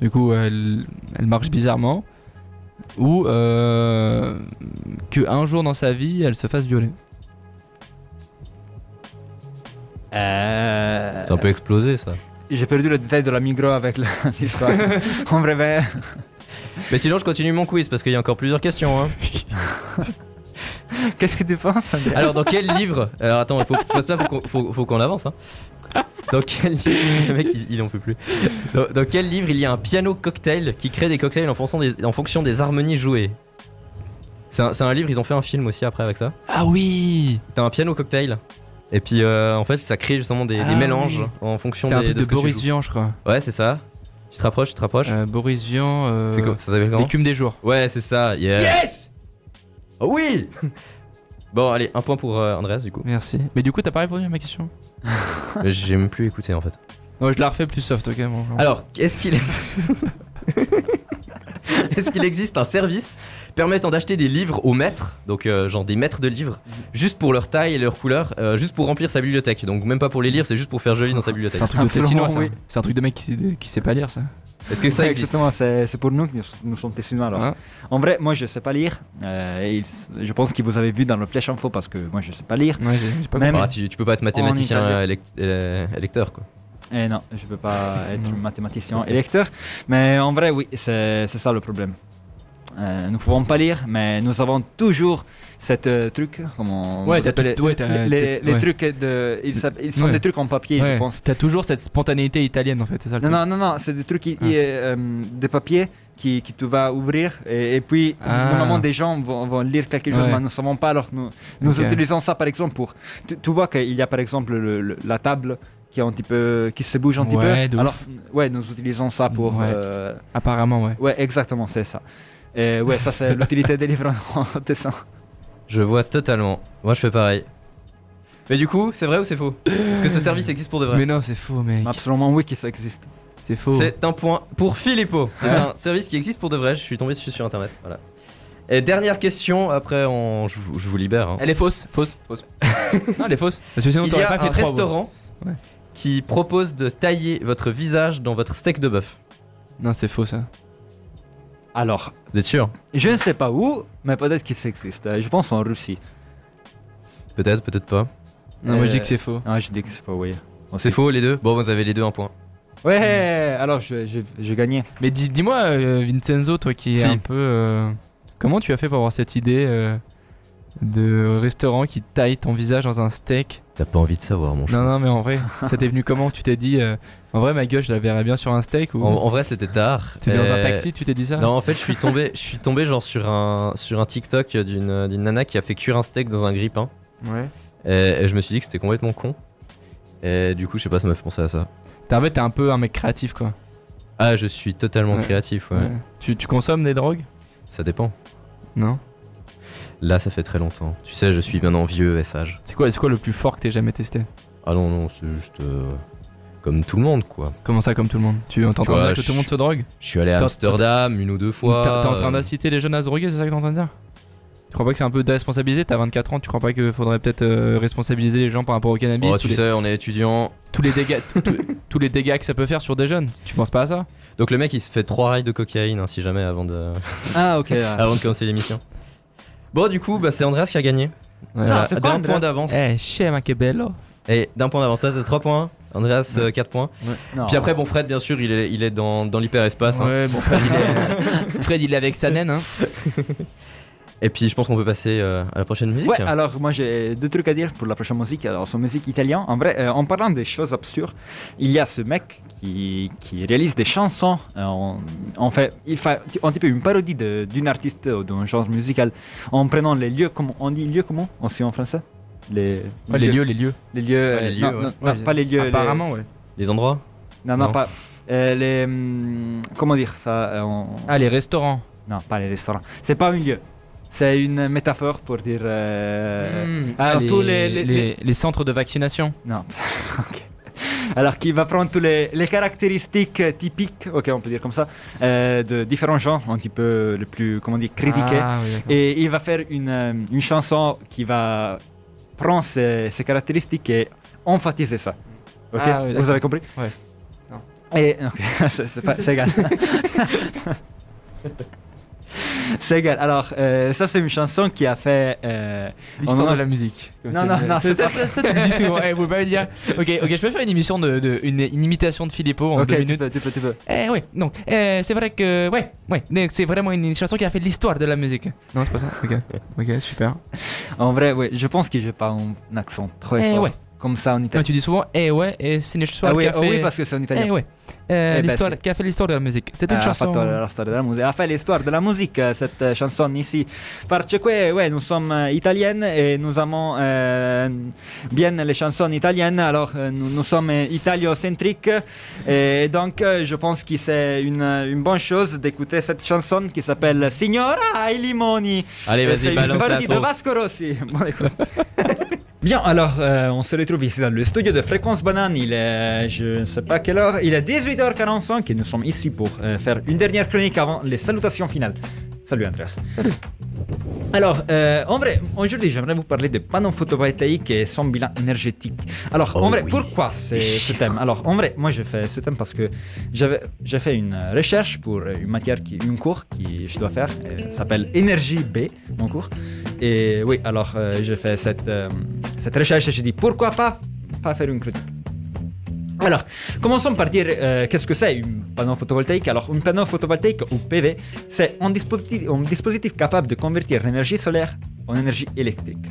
Speaker 5: Du coup, elle, elle marche bizarrement. Ou euh, que un jour dans sa vie, elle se fasse violer.
Speaker 2: Euh...
Speaker 4: C'est un peu explosé ça.
Speaker 2: J'ai perdu le détail de la migro avec la- l'histoire. ben, On rêvait.
Speaker 4: Mais sinon je continue mon quiz parce qu'il y a encore plusieurs questions hein.
Speaker 2: Qu'est-ce que tu penses André
Speaker 4: Alors dans quel livre Alors attends, faut, faut, faut, qu'on- faut- faut qu'on avance. Hein. Dans quel livre Le mec, il, il en peut plus. Dans, dans quel livre il y a un piano cocktail qui crée des cocktails en fonction des, en fonction des harmonies jouées C'est un, c'est un livre, ils ont fait un film aussi après avec ça.
Speaker 5: Ah oui
Speaker 4: T'as un piano cocktail. Et puis euh, en fait, ça crée justement des, des
Speaker 5: Ah
Speaker 4: mélanges
Speaker 5: oui.
Speaker 4: en fonction
Speaker 5: C'est
Speaker 4: des,
Speaker 5: un truc
Speaker 4: de
Speaker 5: de
Speaker 4: ce que tu
Speaker 5: Boris
Speaker 4: joues.
Speaker 5: Vian, je crois.
Speaker 4: Ouais, c'est ça. Tu te rapproches, tu te rapproches.
Speaker 5: Euh, Boris Vian, euh,
Speaker 4: C'est quoi Ça s'appelle comment
Speaker 5: l'écume des jours.
Speaker 4: Ouais, c'est ça. yeah.
Speaker 5: Yes
Speaker 4: Ah oui Bon, allez, un point pour euh, Andreas, du coup.
Speaker 5: Merci. Mais du coup, t'as pas répondu à ma question
Speaker 4: J'ai même plus écouté, en fait.
Speaker 5: Non, je la refais plus soft, ok. bon, genre.
Speaker 4: Alors, est-ce qu'il est-ce qu'il existe un service permettant d'acheter des livres au maître, donc euh, genre des maîtres de livres, juste pour leur taille et leur couleur, euh, juste pour remplir sa bibliothèque. Donc même pas pour les lire, c'est juste pour faire joli dans sa bibliothèque.
Speaker 5: C'est un truc de
Speaker 2: Un
Speaker 5: Tessinois,
Speaker 2: flanc,
Speaker 5: ça.
Speaker 2: oui.
Speaker 5: C'est un truc de mec qui, sait- qui sait pas lire, ça.
Speaker 4: Est-ce que ça
Speaker 2: Ouais,
Speaker 4: existe
Speaker 2: Exactement, c'est c'est pour nous que nous, nous sommes tessinois. Alors.
Speaker 5: Hein
Speaker 2: en vrai, moi je sais pas lire. Euh, et il- je pense que vous avez vu dans le flèche info parce que moi je sais pas lire.
Speaker 5: Ouais, j'ai j'ai pas
Speaker 2: Même-
Speaker 4: Ah, tu, tu peux pas être mathématicien
Speaker 2: En
Speaker 4: élec- euh, électeur quoi.
Speaker 2: Et Eh non, je peux pas être
Speaker 5: Non.
Speaker 2: mathématicien et lecteur. Mais en vrai, oui, c'est c'est ça le problème. Euh, nous pouvons pas lire, mais nous avons toujours cette euh, truc, comment
Speaker 5: Ouais,
Speaker 2: vous
Speaker 5: t'as
Speaker 2: appelez-
Speaker 5: tout- ouais, t'as-
Speaker 2: les,
Speaker 5: t'as-
Speaker 2: les
Speaker 5: ouais.
Speaker 2: trucs de, ils, s'app- ils sont
Speaker 5: Ouais.
Speaker 2: des trucs en papier,
Speaker 5: Ouais.
Speaker 2: je pense.
Speaker 5: T'as toujours cette spontanéité italienne en fait, c'est ça
Speaker 2: Non,
Speaker 5: le truc.
Speaker 2: non, non, non, c'est des trucs, qui,
Speaker 5: Ah.
Speaker 2: qui, euh, euh, des papiers qui, qui tu vas ouvrir et, et puis
Speaker 5: Ah.
Speaker 2: normalement des gens vont, vont lire quelque chose,
Speaker 5: Ouais.
Speaker 2: mais nous ne savons pas. Alors nous, nous
Speaker 5: Ok.
Speaker 2: utilisons ça par exemple pour. Tu, tu vois qu'il y a par exemple le- le- la table qui est un petit peu qui se bouge un petit
Speaker 5: Ouais,
Speaker 2: peu.
Speaker 5: de
Speaker 2: Alors ouais, nous utilisons ça pour.
Speaker 5: Ouais.
Speaker 2: Ouais,
Speaker 5: Apparemment, ouais.
Speaker 2: ouais exactement, c'est ça. Et ouais, ça c'est l'utilité des livres en dessin.
Speaker 4: Je vois totalement. Moi je fais pareil. Mais du coup, c'est vrai ou c'est faux Est-ce que ce service existe pour de vrai
Speaker 5: Mais non, c'est faux, mec.
Speaker 2: Absolument oui que ça existe.
Speaker 5: C'est faux.
Speaker 4: C'est un point pour Filippo. C'est un service qui existe pour de vrai. Je suis tombé dessus sur internet. Voilà. Et dernière question. Après, on... je, vous, je vous libère. hein.
Speaker 5: Elle est fausse, fausse, fausse. non, elle est fausse. Parce que sinon,
Speaker 4: Il y
Speaker 5: t'aurais
Speaker 4: a
Speaker 5: pas fait
Speaker 4: un
Speaker 5: trois,
Speaker 4: restaurant
Speaker 5: bon. Ouais.
Speaker 4: qui propose de tailler votre visage dans votre steak de bœuf.
Speaker 5: bon. Non, c'est faux ça.
Speaker 2: Alors,
Speaker 4: Vous êtes sûr
Speaker 2: je ne sais pas où, mais peut-être que ça existe. Euh, Je pense en Russie.
Speaker 4: Peut-être, peut-être pas.
Speaker 5: Non, moi je
Speaker 2: Euh,
Speaker 5: dis que c'est faux.
Speaker 2: Ah, je dis que c'est pas oui.
Speaker 4: C'est faux les deux Bon, vous avez les deux un point.
Speaker 2: Ouais, alors je- je- j'ai gagné.
Speaker 5: Mais dis- dis-moi, euh, Vincenzo, toi qui es
Speaker 4: Si.
Speaker 5: un peu. euh, comment tu as fait pour avoir cette idée euh, de restaurant qui taille ton visage dans un steak
Speaker 4: T'as pas envie de savoir, mon
Speaker 5: Non, non, mais en vrai, ça t'est venu comment Tu t'es dit. euh, en vrai, ma gueule, je la verrais bien sur un steak ou.
Speaker 4: En, en vrai, c'était tard.
Speaker 5: T'es dans un
Speaker 4: Euh,
Speaker 5: taxi, tu t'es dit ça
Speaker 4: Non, en fait, je suis tombé, je suis tombé genre sur un, sur un TikTok d'une d'une nana qui a fait cuire un steak dans un grille-pain.
Speaker 5: Ouais.
Speaker 4: Et, et je me suis dit que c'était complètement con. Et du coup, je sais pas, ça m'a fait penser à ça.
Speaker 5: T'es en fait, t'es un peu un mec créatif quoi.
Speaker 4: Ah, je suis totalement
Speaker 5: Ouais.
Speaker 4: créatif, ouais.
Speaker 5: Ouais. Tu, tu consommes des drogues
Speaker 4: Ça dépend.
Speaker 5: Non.
Speaker 4: Là, ça fait très longtemps. Tu sais, je suis maintenant vieux et sage.
Speaker 5: C'est quoi, c'est quoi le plus fort que t'aies jamais testé
Speaker 4: Ah non, non, c'est juste euh, comme tout le monde, quoi.
Speaker 5: Comment ça, comme tout le monde Tu entends
Speaker 4: vois,
Speaker 5: que
Speaker 4: je-
Speaker 5: tout le monde se drogue
Speaker 4: Je suis allé à
Speaker 5: T'es en-
Speaker 4: Amsterdam une ou deux
Speaker 5: T'es t'es
Speaker 4: fois.
Speaker 5: en train
Speaker 4: euh,
Speaker 5: d'inciter les jeunes à se droguer, c'est ça que t'es en train de dire Tu crois pas que c'est un peu déresponsabilisé T'as 24 ans, tu crois pas qu'il faudrait peut-être euh, responsabiliser les gens par rapport au cannabis
Speaker 4: Oh,
Speaker 5: tous,
Speaker 4: tu
Speaker 5: les,
Speaker 4: sais, on est étudiant.
Speaker 5: tous les dégâts, tous- tous- tous les dégâts que ça peut faire sur des jeunes Tu penses pas à ça
Speaker 4: Donc le mec, il se fait trois rails de cocaïne, hein, si jamais, avant de,
Speaker 2: Ah, ok. ouais.
Speaker 4: avant de commencer l'émission. Bon, du coup, bah, c'est Andreas qui a gagné.
Speaker 5: Ouais.
Speaker 4: Voilà,
Speaker 2: c'est pas
Speaker 4: d'un
Speaker 2: Andreas.
Speaker 4: point d'avance.
Speaker 5: Eh, schéma che bello
Speaker 4: Et d'un point d'avance, toi, t'as 3 points. hein. Andreas, 4 points.
Speaker 2: Non.
Speaker 4: Puis après, bon, Fred, bien sûr, il est, il est dans, dans l'hyperespace. hein.
Speaker 5: Oh. Ouais, bon, Fred, il est, Fred, il est avec sa naine, hein.
Speaker 4: Et puis, je pense qu'on peut passer euh, à la prochaine musique.
Speaker 2: Ouais, alors moi j'ai deux trucs à dire pour la prochaine musique. Alors, son musique italienne, en vrai, euh, en parlant des choses absurdes, il y a ce mec qui, qui réalise des chansons. Euh, on, on fait, il fait un petit peu une parodie de- d'une artiste ou d'un genre musical en prenant les lieux, comment on dit lieux comment aussi en français les,
Speaker 5: Ouais, les lieux, les lieux.
Speaker 2: les lieux, euh,
Speaker 4: les lieux,
Speaker 2: non,
Speaker 4: ouais.
Speaker 2: non, non,
Speaker 5: Ouais,
Speaker 2: pas les lieux. les-
Speaker 5: Apparemment, ouais.
Speaker 4: Les endroits
Speaker 2: non, non,
Speaker 4: Non.
Speaker 2: pas. euh, les, hum, comment dire ça euh, on-
Speaker 5: Ah, les restaurants.
Speaker 2: Non, pas les restaurants. C'est pas un lieu. C'est une métaphore pour dire. euh,
Speaker 5: Hmm.
Speaker 2: alors,
Speaker 5: les,
Speaker 2: tous les- les-
Speaker 5: les- les centres de vaccination.
Speaker 2: Non. ok.
Speaker 5: Mm.
Speaker 2: Alors, qui va prendre toutes les, les caractéristiques typiques, ok, on peut dire comme ça, euh, de différents genres, un petit peu le plus, comment dire, critiqués.
Speaker 5: Ah, oui, d'accord.
Speaker 2: Et il va faire une, euh, une chanson qui va prendre ces, ces caractéristiques et emphasiser ça. Ok
Speaker 5: Ah oui, d'accord.
Speaker 2: Vous avez compris
Speaker 5: Ouais. Non.
Speaker 2: Et, ok, c'est- c'est pas- c'est égal. c'est égal. Alors, euh, ça, c'est une chanson qui a fait. euh,
Speaker 5: L'histoire
Speaker 2: On en a-
Speaker 5: de la musique. Comme
Speaker 2: Non,
Speaker 5: ça,
Speaker 2: non,
Speaker 5: je-
Speaker 2: non,
Speaker 5: ça,
Speaker 2: c'est
Speaker 5: ça,
Speaker 2: pas-
Speaker 5: ça, ça, tu me dis souvent. Eh, vous pouvez pas me dire. Ok, ok, je peux faire une émission de, de- une, une imitation de Filippo en
Speaker 2: ok,
Speaker 5: deux
Speaker 2: tu
Speaker 5: minutes.
Speaker 2: peux, tu peux, tu peux.
Speaker 5: Eh oui, donc euh, c'est vrai que ouais, ouais, donc, c'est vraiment une chanson qui a fait l'histoire de la musique. Non, c'est pas ça. Ok, ok, super.
Speaker 2: En vrai, oui, je pense que j'ai pas un accent très
Speaker 5: Eh
Speaker 2: fort.
Speaker 5: ouais.
Speaker 2: comme ça en
Speaker 3: Non,
Speaker 2: italien.
Speaker 3: tu dis souvent, eh ouais, et c'est une histoire
Speaker 2: Ah oui,
Speaker 3: qui a
Speaker 2: ah oui,
Speaker 3: fait-
Speaker 2: parce que c'est en italien.
Speaker 3: Eh ouais, euh,
Speaker 2: Eh ben,
Speaker 3: l'histoire,
Speaker 2: c'est-
Speaker 3: qui a fait l'histoire de la musique. C'est une
Speaker 2: Ah,
Speaker 3: chanson.
Speaker 2: Ha fatto la storia della musica, ha fatto la storia della musica, cette euh, chanson ici. Parce que, ouais, nous sommes euh, italiennes et nous aimons euh, bien les chansons italiennes. Alors, euh, nous, nous sommes euh, italo-centriques. Et donc, euh, je pense que c'est une, une bonne chose d'écouter cette chanson qui s'appelle Signora ai limoni.
Speaker 4: Allez,
Speaker 2: Et c'est
Speaker 4: vas-y,
Speaker 2: une
Speaker 4: balance la
Speaker 2: parodie de
Speaker 4: sauce.
Speaker 2: Vasco Rossi. Bon, écoute. Bien, alors euh, on se retrouve ici dans le studio de Fréquence Banane. Il est, je ne sais pas quelle heure, il est 18h45 et nous sommes ici pour euh, faire une dernière chronique avant les salutations finales. Salut Andreas. Alors, euh, en vrai, aujourd'hui, j'aimerais vous parler de panneaux photovoltaïques et son bilan énergétique. Alors, en vrai, pourquoi ce, ce thème Alors, en vrai, moi, j'ai fait ce thème parce que j'avais- j'ai fait une euh, recherche pour euh, une matière, qui, une cours que je dois faire. euh, s'appelle Énergie B, mon cours. Et oui, alors, euh, j'ai fait cette, euh, cette recherche et j'ai dit, pourquoi pas, pas faire une critique alors, commençons par dire euh, qu'est-ce que c'est une panneau photovoltaïque. Alors, une panneau photovoltaïque ou PV, c'est un dispositif, un dispositif capable de convertir l'énergie solaire en énergie électrique.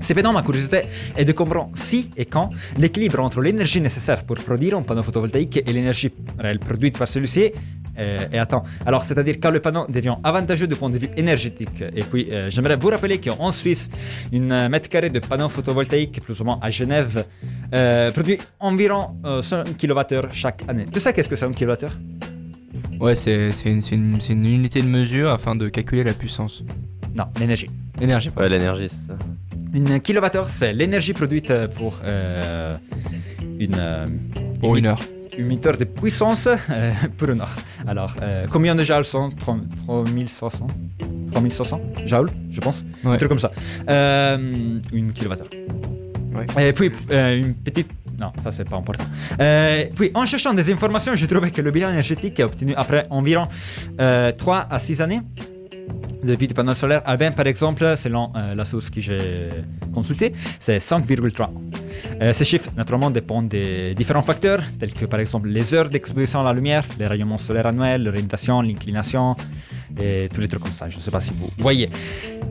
Speaker 2: C'est maintenant ma curiosité est de comprendre si et quand l'équilibre entre l'énergie nécessaire pour produire un panneau photovoltaïque et l'énergie réelle produite par celui-ci euh, est atteint. Alors, c'est-à-dire quand le panneau devient avantageux du point de vue énergétique. Et puis, euh, j'aimerais vous rappeler qu'en Suisse, une euh, mètre carré de panneaux photovoltaïques, plus ou moins à Genève, euh, produit environ euh, 100 kWh chaque année. Tu sais qu'est-ce que c'est un kWh
Speaker 3: Ouais, c'est, c'est, une, c'est une- c'est une unité de mesure afin de calculer la puissance.
Speaker 2: Non, l'énergie.
Speaker 3: L'énergie, pardon.
Speaker 4: Ouais, l'énergie, c'est ça.
Speaker 2: Une kWh, c'est l'énergie produite euh, pour euh, une... euh,
Speaker 3: Pour une heure.
Speaker 2: émetteur de puissance euh, pour une heure. Alors, euh, combien de joules sont 30 3500 3500 joules, je pense.
Speaker 3: Ouais.
Speaker 2: Un truc comme ça. Euh, une kilowattheure. Et puis, euh, une petite... Non, ça c'est pas important. Euh, puis, en cherchant des informations, j'ai trouvé que le bilan énergétique est obtenu après environ euh, 3 à 6 années de vie du panneau solaire à Bain, par exemple, selon euh, la source que j'ai consultée, c'est 5,3. Euh, ces chiffres, naturellement, dépendent des différents facteurs, tels que par exemple les heures d'exposition à la lumière, les rayonnements solaires annuels, l'orientation, l'inclination, et tous les trucs comme ça. Je ne sais pas si vous voyez.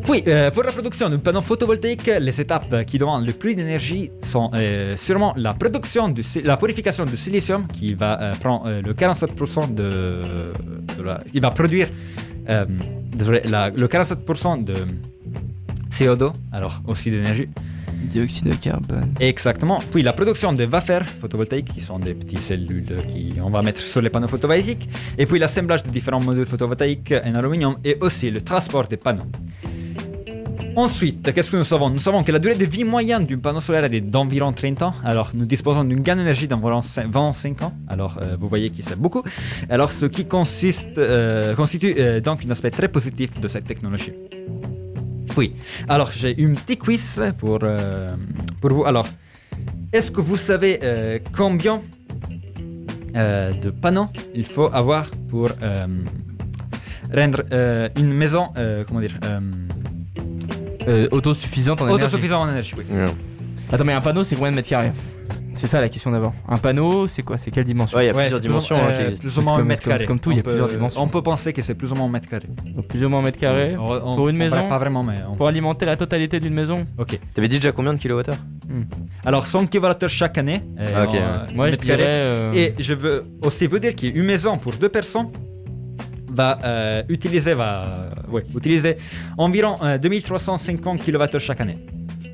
Speaker 2: Puis, euh, pour la production d'un panneau photovoltaïque, les étapes qui demandent le plus d'énergie sont euh, sûrement la production, du, si- la purification du silicium, qui va euh, prendre euh, le 47% de, de la- Il va produire euh, désolé, la- le 47% de CO2, alors aussi d'énergie.
Speaker 3: Dioxyde de carbone.
Speaker 2: Exactement. Puis la production des wafers photovoltaïques, qui sont des petites cellules qu'on va mettre sur les panneaux photovoltaïques, et puis l'assemblage de différents modules photovoltaïques en aluminium, et aussi le transport des panneaux. Ensuite, qu'est-ce que nous savons Nous savons que la durée de vie moyenne d'un panneau solaire est d'environ 30 ans. Alors, nous disposons d'une gain d'énergie d'environ cin- 25 ans. Alors, euh, vous voyez que c'est beaucoup. Alors, ce qui consiste, euh, constitue euh, donc un aspect très positif de cette technologie. Oui. Alors, j'ai une petite quiz pour, euh, pour vous. Alors, est-ce que vous savez euh, combien euh, de panneaux il faut avoir pour euh, rendre euh, une maison, euh, comment dire, euh,
Speaker 3: Euh, autosuffisante en énergie.
Speaker 2: autosuffisante en énergie oui.
Speaker 4: Ouais,
Speaker 3: Attends, mais un panneau, c'est combien de mètres carrés C'est ça la question d'avant. Un panneau, c'est quoi C'est quelle dimension
Speaker 4: il y a
Speaker 2: Ouais,
Speaker 4: plusieurs
Speaker 2: c'est plus
Speaker 4: dimensions
Speaker 2: ou-
Speaker 4: hein,
Speaker 2: euh,
Speaker 4: qui existent.
Speaker 2: plus ou moins
Speaker 3: C'est
Speaker 2: un
Speaker 3: comme-
Speaker 2: mètre
Speaker 3: c'est comme-
Speaker 2: carré.
Speaker 3: c'est comme tout, il y a
Speaker 2: On peut-
Speaker 3: plusieurs dimensions.
Speaker 2: On peut penser que c'est plus ou moins un mètre carré.
Speaker 3: Donc, Plus ou moins un mètre carré.
Speaker 2: On- on-
Speaker 3: Pour une
Speaker 2: on verra
Speaker 3: maison
Speaker 2: Pas vraiment, mais on-
Speaker 3: Pour alimenter la totalité d'une maison
Speaker 2: Ok.
Speaker 4: T'avais dit déjà combien de kilowattheures
Speaker 2: Alors, 100 kWh chaque année. euh,
Speaker 4: Ah, ok,
Speaker 2: en,
Speaker 3: Moi, je
Speaker 2: mètre carré.
Speaker 3: dirais. euh,
Speaker 2: Et je veux aussi vous dire qu'une maison pour deux personnes va euh, utiliser, va, euh, ouais, utiliser environ euh, 2350 kWh chaque année.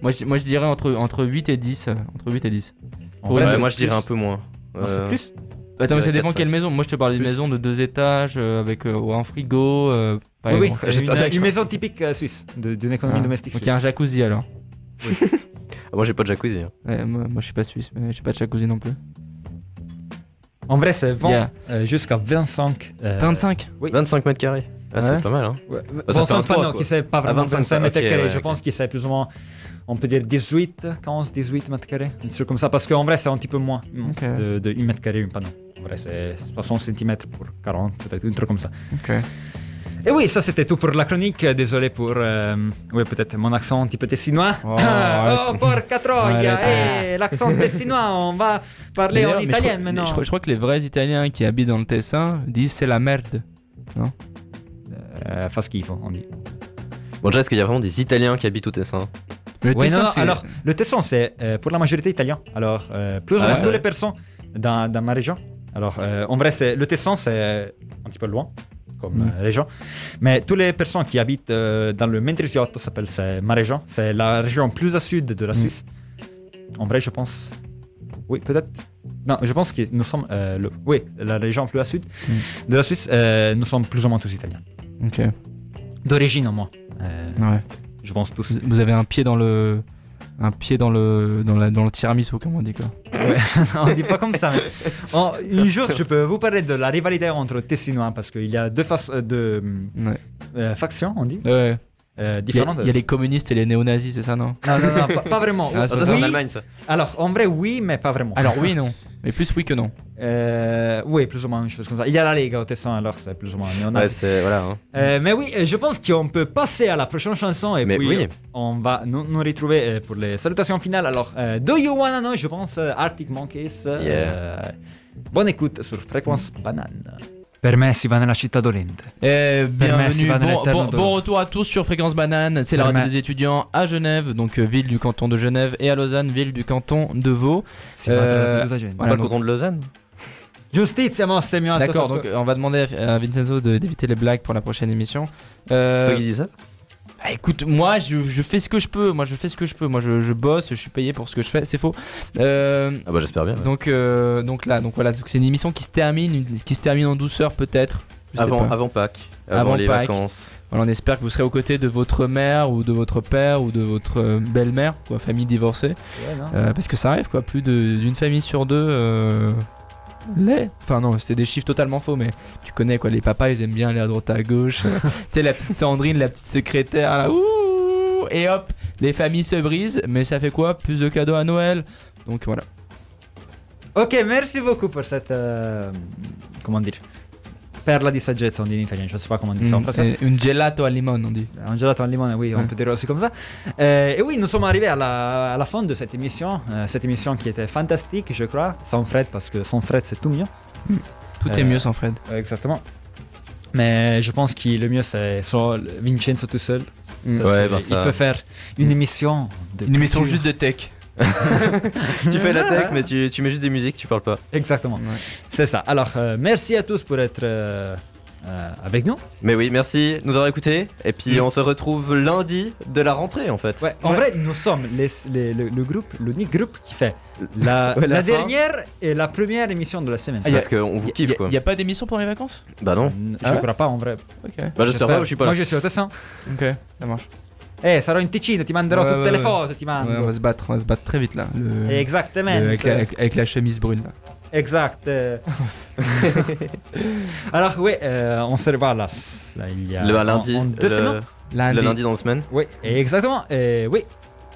Speaker 3: Moi, je, moi, je dirais entre, entre 8 et 10. euh, Entre 8 et 10.
Speaker 2: En
Speaker 3: Ouais,
Speaker 2: vrai,
Speaker 4: Ouais,
Speaker 3: c'est
Speaker 4: Moi, je dirais
Speaker 3: plus.
Speaker 4: un peu moins.
Speaker 2: non, c'est
Speaker 4: Euh,
Speaker 2: plus
Speaker 3: Attends, mais
Speaker 4: dirais
Speaker 3: ça dépend
Speaker 4: 4-5.
Speaker 3: quelle maison. Moi, je te parle d'une
Speaker 4: Plus.
Speaker 3: maison de deux étages euh, avec euh, un frigo. euh, pas
Speaker 2: Oui, oui,
Speaker 3: grand-
Speaker 4: j'ai
Speaker 2: une,
Speaker 4: pas fait
Speaker 2: une
Speaker 4: exprès.
Speaker 2: maison typique euh, suisse, de- d'une économie
Speaker 3: Ah,
Speaker 2: domestique
Speaker 3: Ok,
Speaker 2: suisse.
Speaker 3: un jacuzzi alors.
Speaker 4: ah, Moi, j'ai pas de jacuzzi. hein.
Speaker 3: Ouais, moi, moi, je suis pas suisse, mais j'ai pas de jacuzzi non
Speaker 2: Euh,
Speaker 3: plus.
Speaker 2: En vrai, c'est 20
Speaker 3: Yeah.
Speaker 2: euh, jusqu'à 25. euh,
Speaker 3: 25
Speaker 2: Oui.
Speaker 4: 25 mètres carrés. Ah,
Speaker 3: Ouais.
Speaker 4: c'est pas mal, hein.
Speaker 2: ouais,
Speaker 4: Bah, ça fait
Speaker 2: 25
Speaker 4: un toit,
Speaker 2: panneaux,
Speaker 4: quoi.
Speaker 2: qui c'est pas
Speaker 4: Ah,
Speaker 2: vraiment
Speaker 4: 25,
Speaker 2: 25 mètres
Speaker 4: ok,
Speaker 2: carrés.
Speaker 4: ouais,
Speaker 2: je
Speaker 4: ok.
Speaker 2: pense que c'est plus ou moins, on peut dire 18, 15, 18 mètres carrés. Un truc comme ça, parce qu'en vrai, c'est un petit peu moins
Speaker 3: Ok.
Speaker 2: de, de 1 mètre carré, un panneau. En vrai, c'est 60 cm pour 40, peut-être, un truc comme ça.
Speaker 3: Ok.
Speaker 2: Et oui, ça c'était tout pour la chronique. Désolé pour euh, oui, peut-être mon accent un petit peu tessinois.
Speaker 3: Oh,
Speaker 2: Ah,
Speaker 3: arrête.
Speaker 2: oh porca troia,
Speaker 3: Arrête.
Speaker 2: eh, l'accent tessinois, on va parler en
Speaker 3: D'ailleurs, mais je
Speaker 2: italien
Speaker 3: crois-
Speaker 2: maintenant.
Speaker 3: Je, crois- je crois que les vrais Italiens qui habitent dans le Tessin disent c'est la merde.
Speaker 2: Euh, fa schifo, on dit.
Speaker 4: Bon, déjà, est-ce qu'il y a vraiment des Italiens qui habitent au Tessin
Speaker 5: Mais le
Speaker 2: Ouais,
Speaker 5: Tessin,
Speaker 2: non, non,
Speaker 5: c'est-
Speaker 2: alors, le Tesson, c'est euh, pour la majorité italien. Alors, euh, plus ou
Speaker 4: Ah,
Speaker 2: moins
Speaker 4: ouais.
Speaker 2: toutes les personnes dans, dans ma région. Alors, euh, en vrai, c'est, le Tesson, c'est euh, un petit peu loin comme
Speaker 5: Mm.
Speaker 2: euh, région. Mais toutes les personnes qui habitent euh, dans le Mendrisiotto, ça s'appelle c'est ma région. C'est la région plus à sud de la
Speaker 5: Mm.
Speaker 2: Suisse. En vrai, je pense. Oui, peut-être. Non, je pense que nous sommes. euh, le... Oui, la région plus à sud
Speaker 5: Mm.
Speaker 2: de la Suisse, euh, nous sommes plus ou moins tous italiens.
Speaker 5: Ok, ouais.
Speaker 2: D'origine, au moins. Euh, je pense tous.
Speaker 5: Vous- Vous avez un pied dans le. Un pied dans le. Dans, la, dans le tiramisu, comme on dit quoi.
Speaker 2: on dit pas comme ça. Mais... En- un jour, je peux vous parler de la rivalité entre Tessinois parce qu'il y a deux, faces- euh, deux hum,
Speaker 5: Ouais.
Speaker 2: euh, factions, on dit,
Speaker 5: Ouais.
Speaker 2: euh,
Speaker 5: Il y, a,
Speaker 2: différentes.
Speaker 5: il y a les communistes et les néo-nazis, c'est ça, non
Speaker 2: Non, non, non, pas, pas vraiment.
Speaker 5: Ah, c'est
Speaker 4: Ah,
Speaker 5: pas
Speaker 4: ça, c'est
Speaker 2: Oui,
Speaker 4: en Allemagne, ça.
Speaker 2: alors, en vrai, oui, mais pas vraiment.
Speaker 5: Alors oui, non. Mais plus oui que non.
Speaker 2: Euh, oui, plus ou moins une chose comme ça. Il y a la Ligue au Tessin, alors c'est plus ou moins
Speaker 4: Ouais,
Speaker 2: néo-nazi.
Speaker 4: c'est. Voilà. hein.
Speaker 2: Euh, mais oui, euh, je pense qu'on peut passer à la prochaine chanson et
Speaker 4: Mais
Speaker 2: puis
Speaker 4: oui.
Speaker 2: euh, on va nous, nous retrouver euh, pour les salutations finales. Alors, euh, Do You Wanna Know, je pense, euh, Arctic Monkeys. euh,
Speaker 4: Yeah.
Speaker 2: bonne écoute sur Fréquence Banane. Per me si va nella città dolente.
Speaker 5: Eh, bienvenue,
Speaker 2: Van
Speaker 5: bon,
Speaker 2: Letteren
Speaker 5: bon-
Speaker 2: de-
Speaker 5: bon retour à tous sur Fréquence Banane, c'est la radio
Speaker 2: Permet-
Speaker 5: des étudiants à Genève, donc euh, ville du canton de Genève, et à Lausanne, ville du canton de Vaud.
Speaker 2: Si va nella
Speaker 5: Euh,
Speaker 2: città dolente.
Speaker 4: Pas
Speaker 5: Voilà,
Speaker 4: le
Speaker 5: donc-
Speaker 4: canton de Lausanne
Speaker 2: Giustizia, mo, c'est mieux.
Speaker 5: D'accord, donc euh, on va demander à, à Vincenzo de- d'éviter les blagues pour la prochaine émission. Euh,
Speaker 4: C'est toi qui dis ça
Speaker 5: bah, écoute, moi je, je fais ce que je peux, moi je fais ce que je peux, moi je, je bosse, je suis payé pour ce que je fais, c'est faux. Euh,
Speaker 4: Ah bah j'espère bien. ouais.
Speaker 5: donc, euh, donc là, donc voilà, donc c'est une émission qui se termine, une- qui se termine en douceur peut-être. Je sais
Speaker 4: Avant,
Speaker 5: pas.
Speaker 4: avant Pâques, avant,
Speaker 5: Avant
Speaker 4: les
Speaker 5: Pâques.
Speaker 4: vacances.
Speaker 5: Voilà, on espère que vous serez aux côtés de votre mère ou de votre père ou de votre euh, belle-mère ou à famille divorcée.
Speaker 2: Eh,
Speaker 5: Euh, parce que ça arrive quoi, plus de- d'une famille sur deux euh, l'est. Enfin non, c'est des chiffres totalement faux, mais tu connais quoi, les papas ils aiment bien aller à droite à gauche. tu sais, la petite Sandrine, la petite secrétaire là, ouh Et hop, les familles se brisent, mais ça fait quoi Plus de cadeaux à Noël. Donc voilà.
Speaker 4: eh.
Speaker 2: Ok, merci beaucoup pour cette. euh, comment dire Perla di saggezza, on dit en italien, je sais pas
Speaker 4: Mm,
Speaker 2: comment on dit ça en
Speaker 4: eh,
Speaker 2: français.
Speaker 5: Mm. Et une gelato à limone, on dit.
Speaker 2: Un gelato al limone, oui, on peut dire aussi comme ça. Euh, et oui, nous sommes arrivés à la, à la fin de cette émission. euh, cette émission qui était fantastique, je crois. Sans Fred, parce que sans Fred, c'est tout mieux.
Speaker 5: Tout
Speaker 2: Euh,
Speaker 5: est mieux sans Fred.
Speaker 2: Euh, exactement. Mais je pense que le mieux, c'est soit Vincenzo tout seul.
Speaker 5: Mm.
Speaker 2: parce
Speaker 4: Ouais,
Speaker 2: que
Speaker 4: ben
Speaker 2: Il
Speaker 4: ça.
Speaker 2: peut faire une émission. De
Speaker 5: Une émission
Speaker 2: culture.
Speaker 5: juste de tech.
Speaker 4: tu fais la tech, mais tu, tu mets juste des musiques, tu parles pas.
Speaker 2: Exactement.
Speaker 5: Ouais.
Speaker 2: C'est ça. Alors, euh, merci à tous pour être euh, euh, avec nous.
Speaker 4: Mais oui, merci de nous avoir écoutés. Et puis
Speaker 5: Mm.
Speaker 4: on se retrouve lundi de la rentrée en fait.
Speaker 2: Ouais, en
Speaker 5: Ouais.
Speaker 2: vrai, nous sommes les- les- le, le groupe, l'unique groupe qui fait la,
Speaker 4: Ouais, la
Speaker 2: la
Speaker 4: fin. Ah,
Speaker 2: dernière et la première émission de la semaine.
Speaker 4: C'est
Speaker 5: y a-
Speaker 4: parce qu'on vous kiffe quoi.
Speaker 5: Il a pas d'émission pour les vacances
Speaker 4: Bah non.
Speaker 2: Mm, Je
Speaker 5: Ah ouais
Speaker 2: crois pas en vrai.
Speaker 5: Ok.
Speaker 4: Bah j'espère pas, je suis pas là.
Speaker 2: Moi je suis au Tessin.
Speaker 5: Ok, ça marche.
Speaker 2: Eh, sarò in Ticino, ti manderò
Speaker 5: Ouais,
Speaker 2: tutte
Speaker 5: ouais,
Speaker 2: le
Speaker 5: ouais.
Speaker 2: cose, ti mando.
Speaker 5: Ouais, on va se battre, on va se battre très vite là. Le- le-
Speaker 2: Exactement. Euh,
Speaker 5: avec, la, avec- avec la chemise brune là.
Speaker 2: Exact. euh. Alors oui, euh, on se revoit là. ça, Il y a
Speaker 4: Le
Speaker 2: Euh, en-
Speaker 4: lundi.
Speaker 2: En deux
Speaker 4: le-
Speaker 2: semaines.
Speaker 4: le lundi dans la semaine.
Speaker 2: Oui, et exactement. Et oui.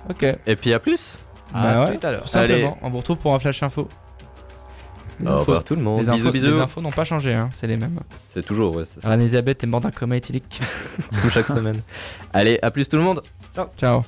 Speaker 5: Ok.
Speaker 4: Et puis à plus.
Speaker 2: À
Speaker 5: Bah ouais.
Speaker 2: tout à l'heure.
Speaker 5: Tout simplement, on vous retrouve pour un flash info. Les
Speaker 4: Au
Speaker 5: infos-
Speaker 4: revoir tout le monde.
Speaker 5: les
Speaker 4: bisous
Speaker 5: infos- les
Speaker 4: bisous.
Speaker 5: infos n'ont pas changé, hein, c'est les mêmes.
Speaker 4: C'est toujours ouais, c'est ça.
Speaker 5: Reine Elisabeth est morte d'un coma éthylique.
Speaker 4: Comme chaque semaine. Allez, à plus tout le monde.
Speaker 5: Ciao.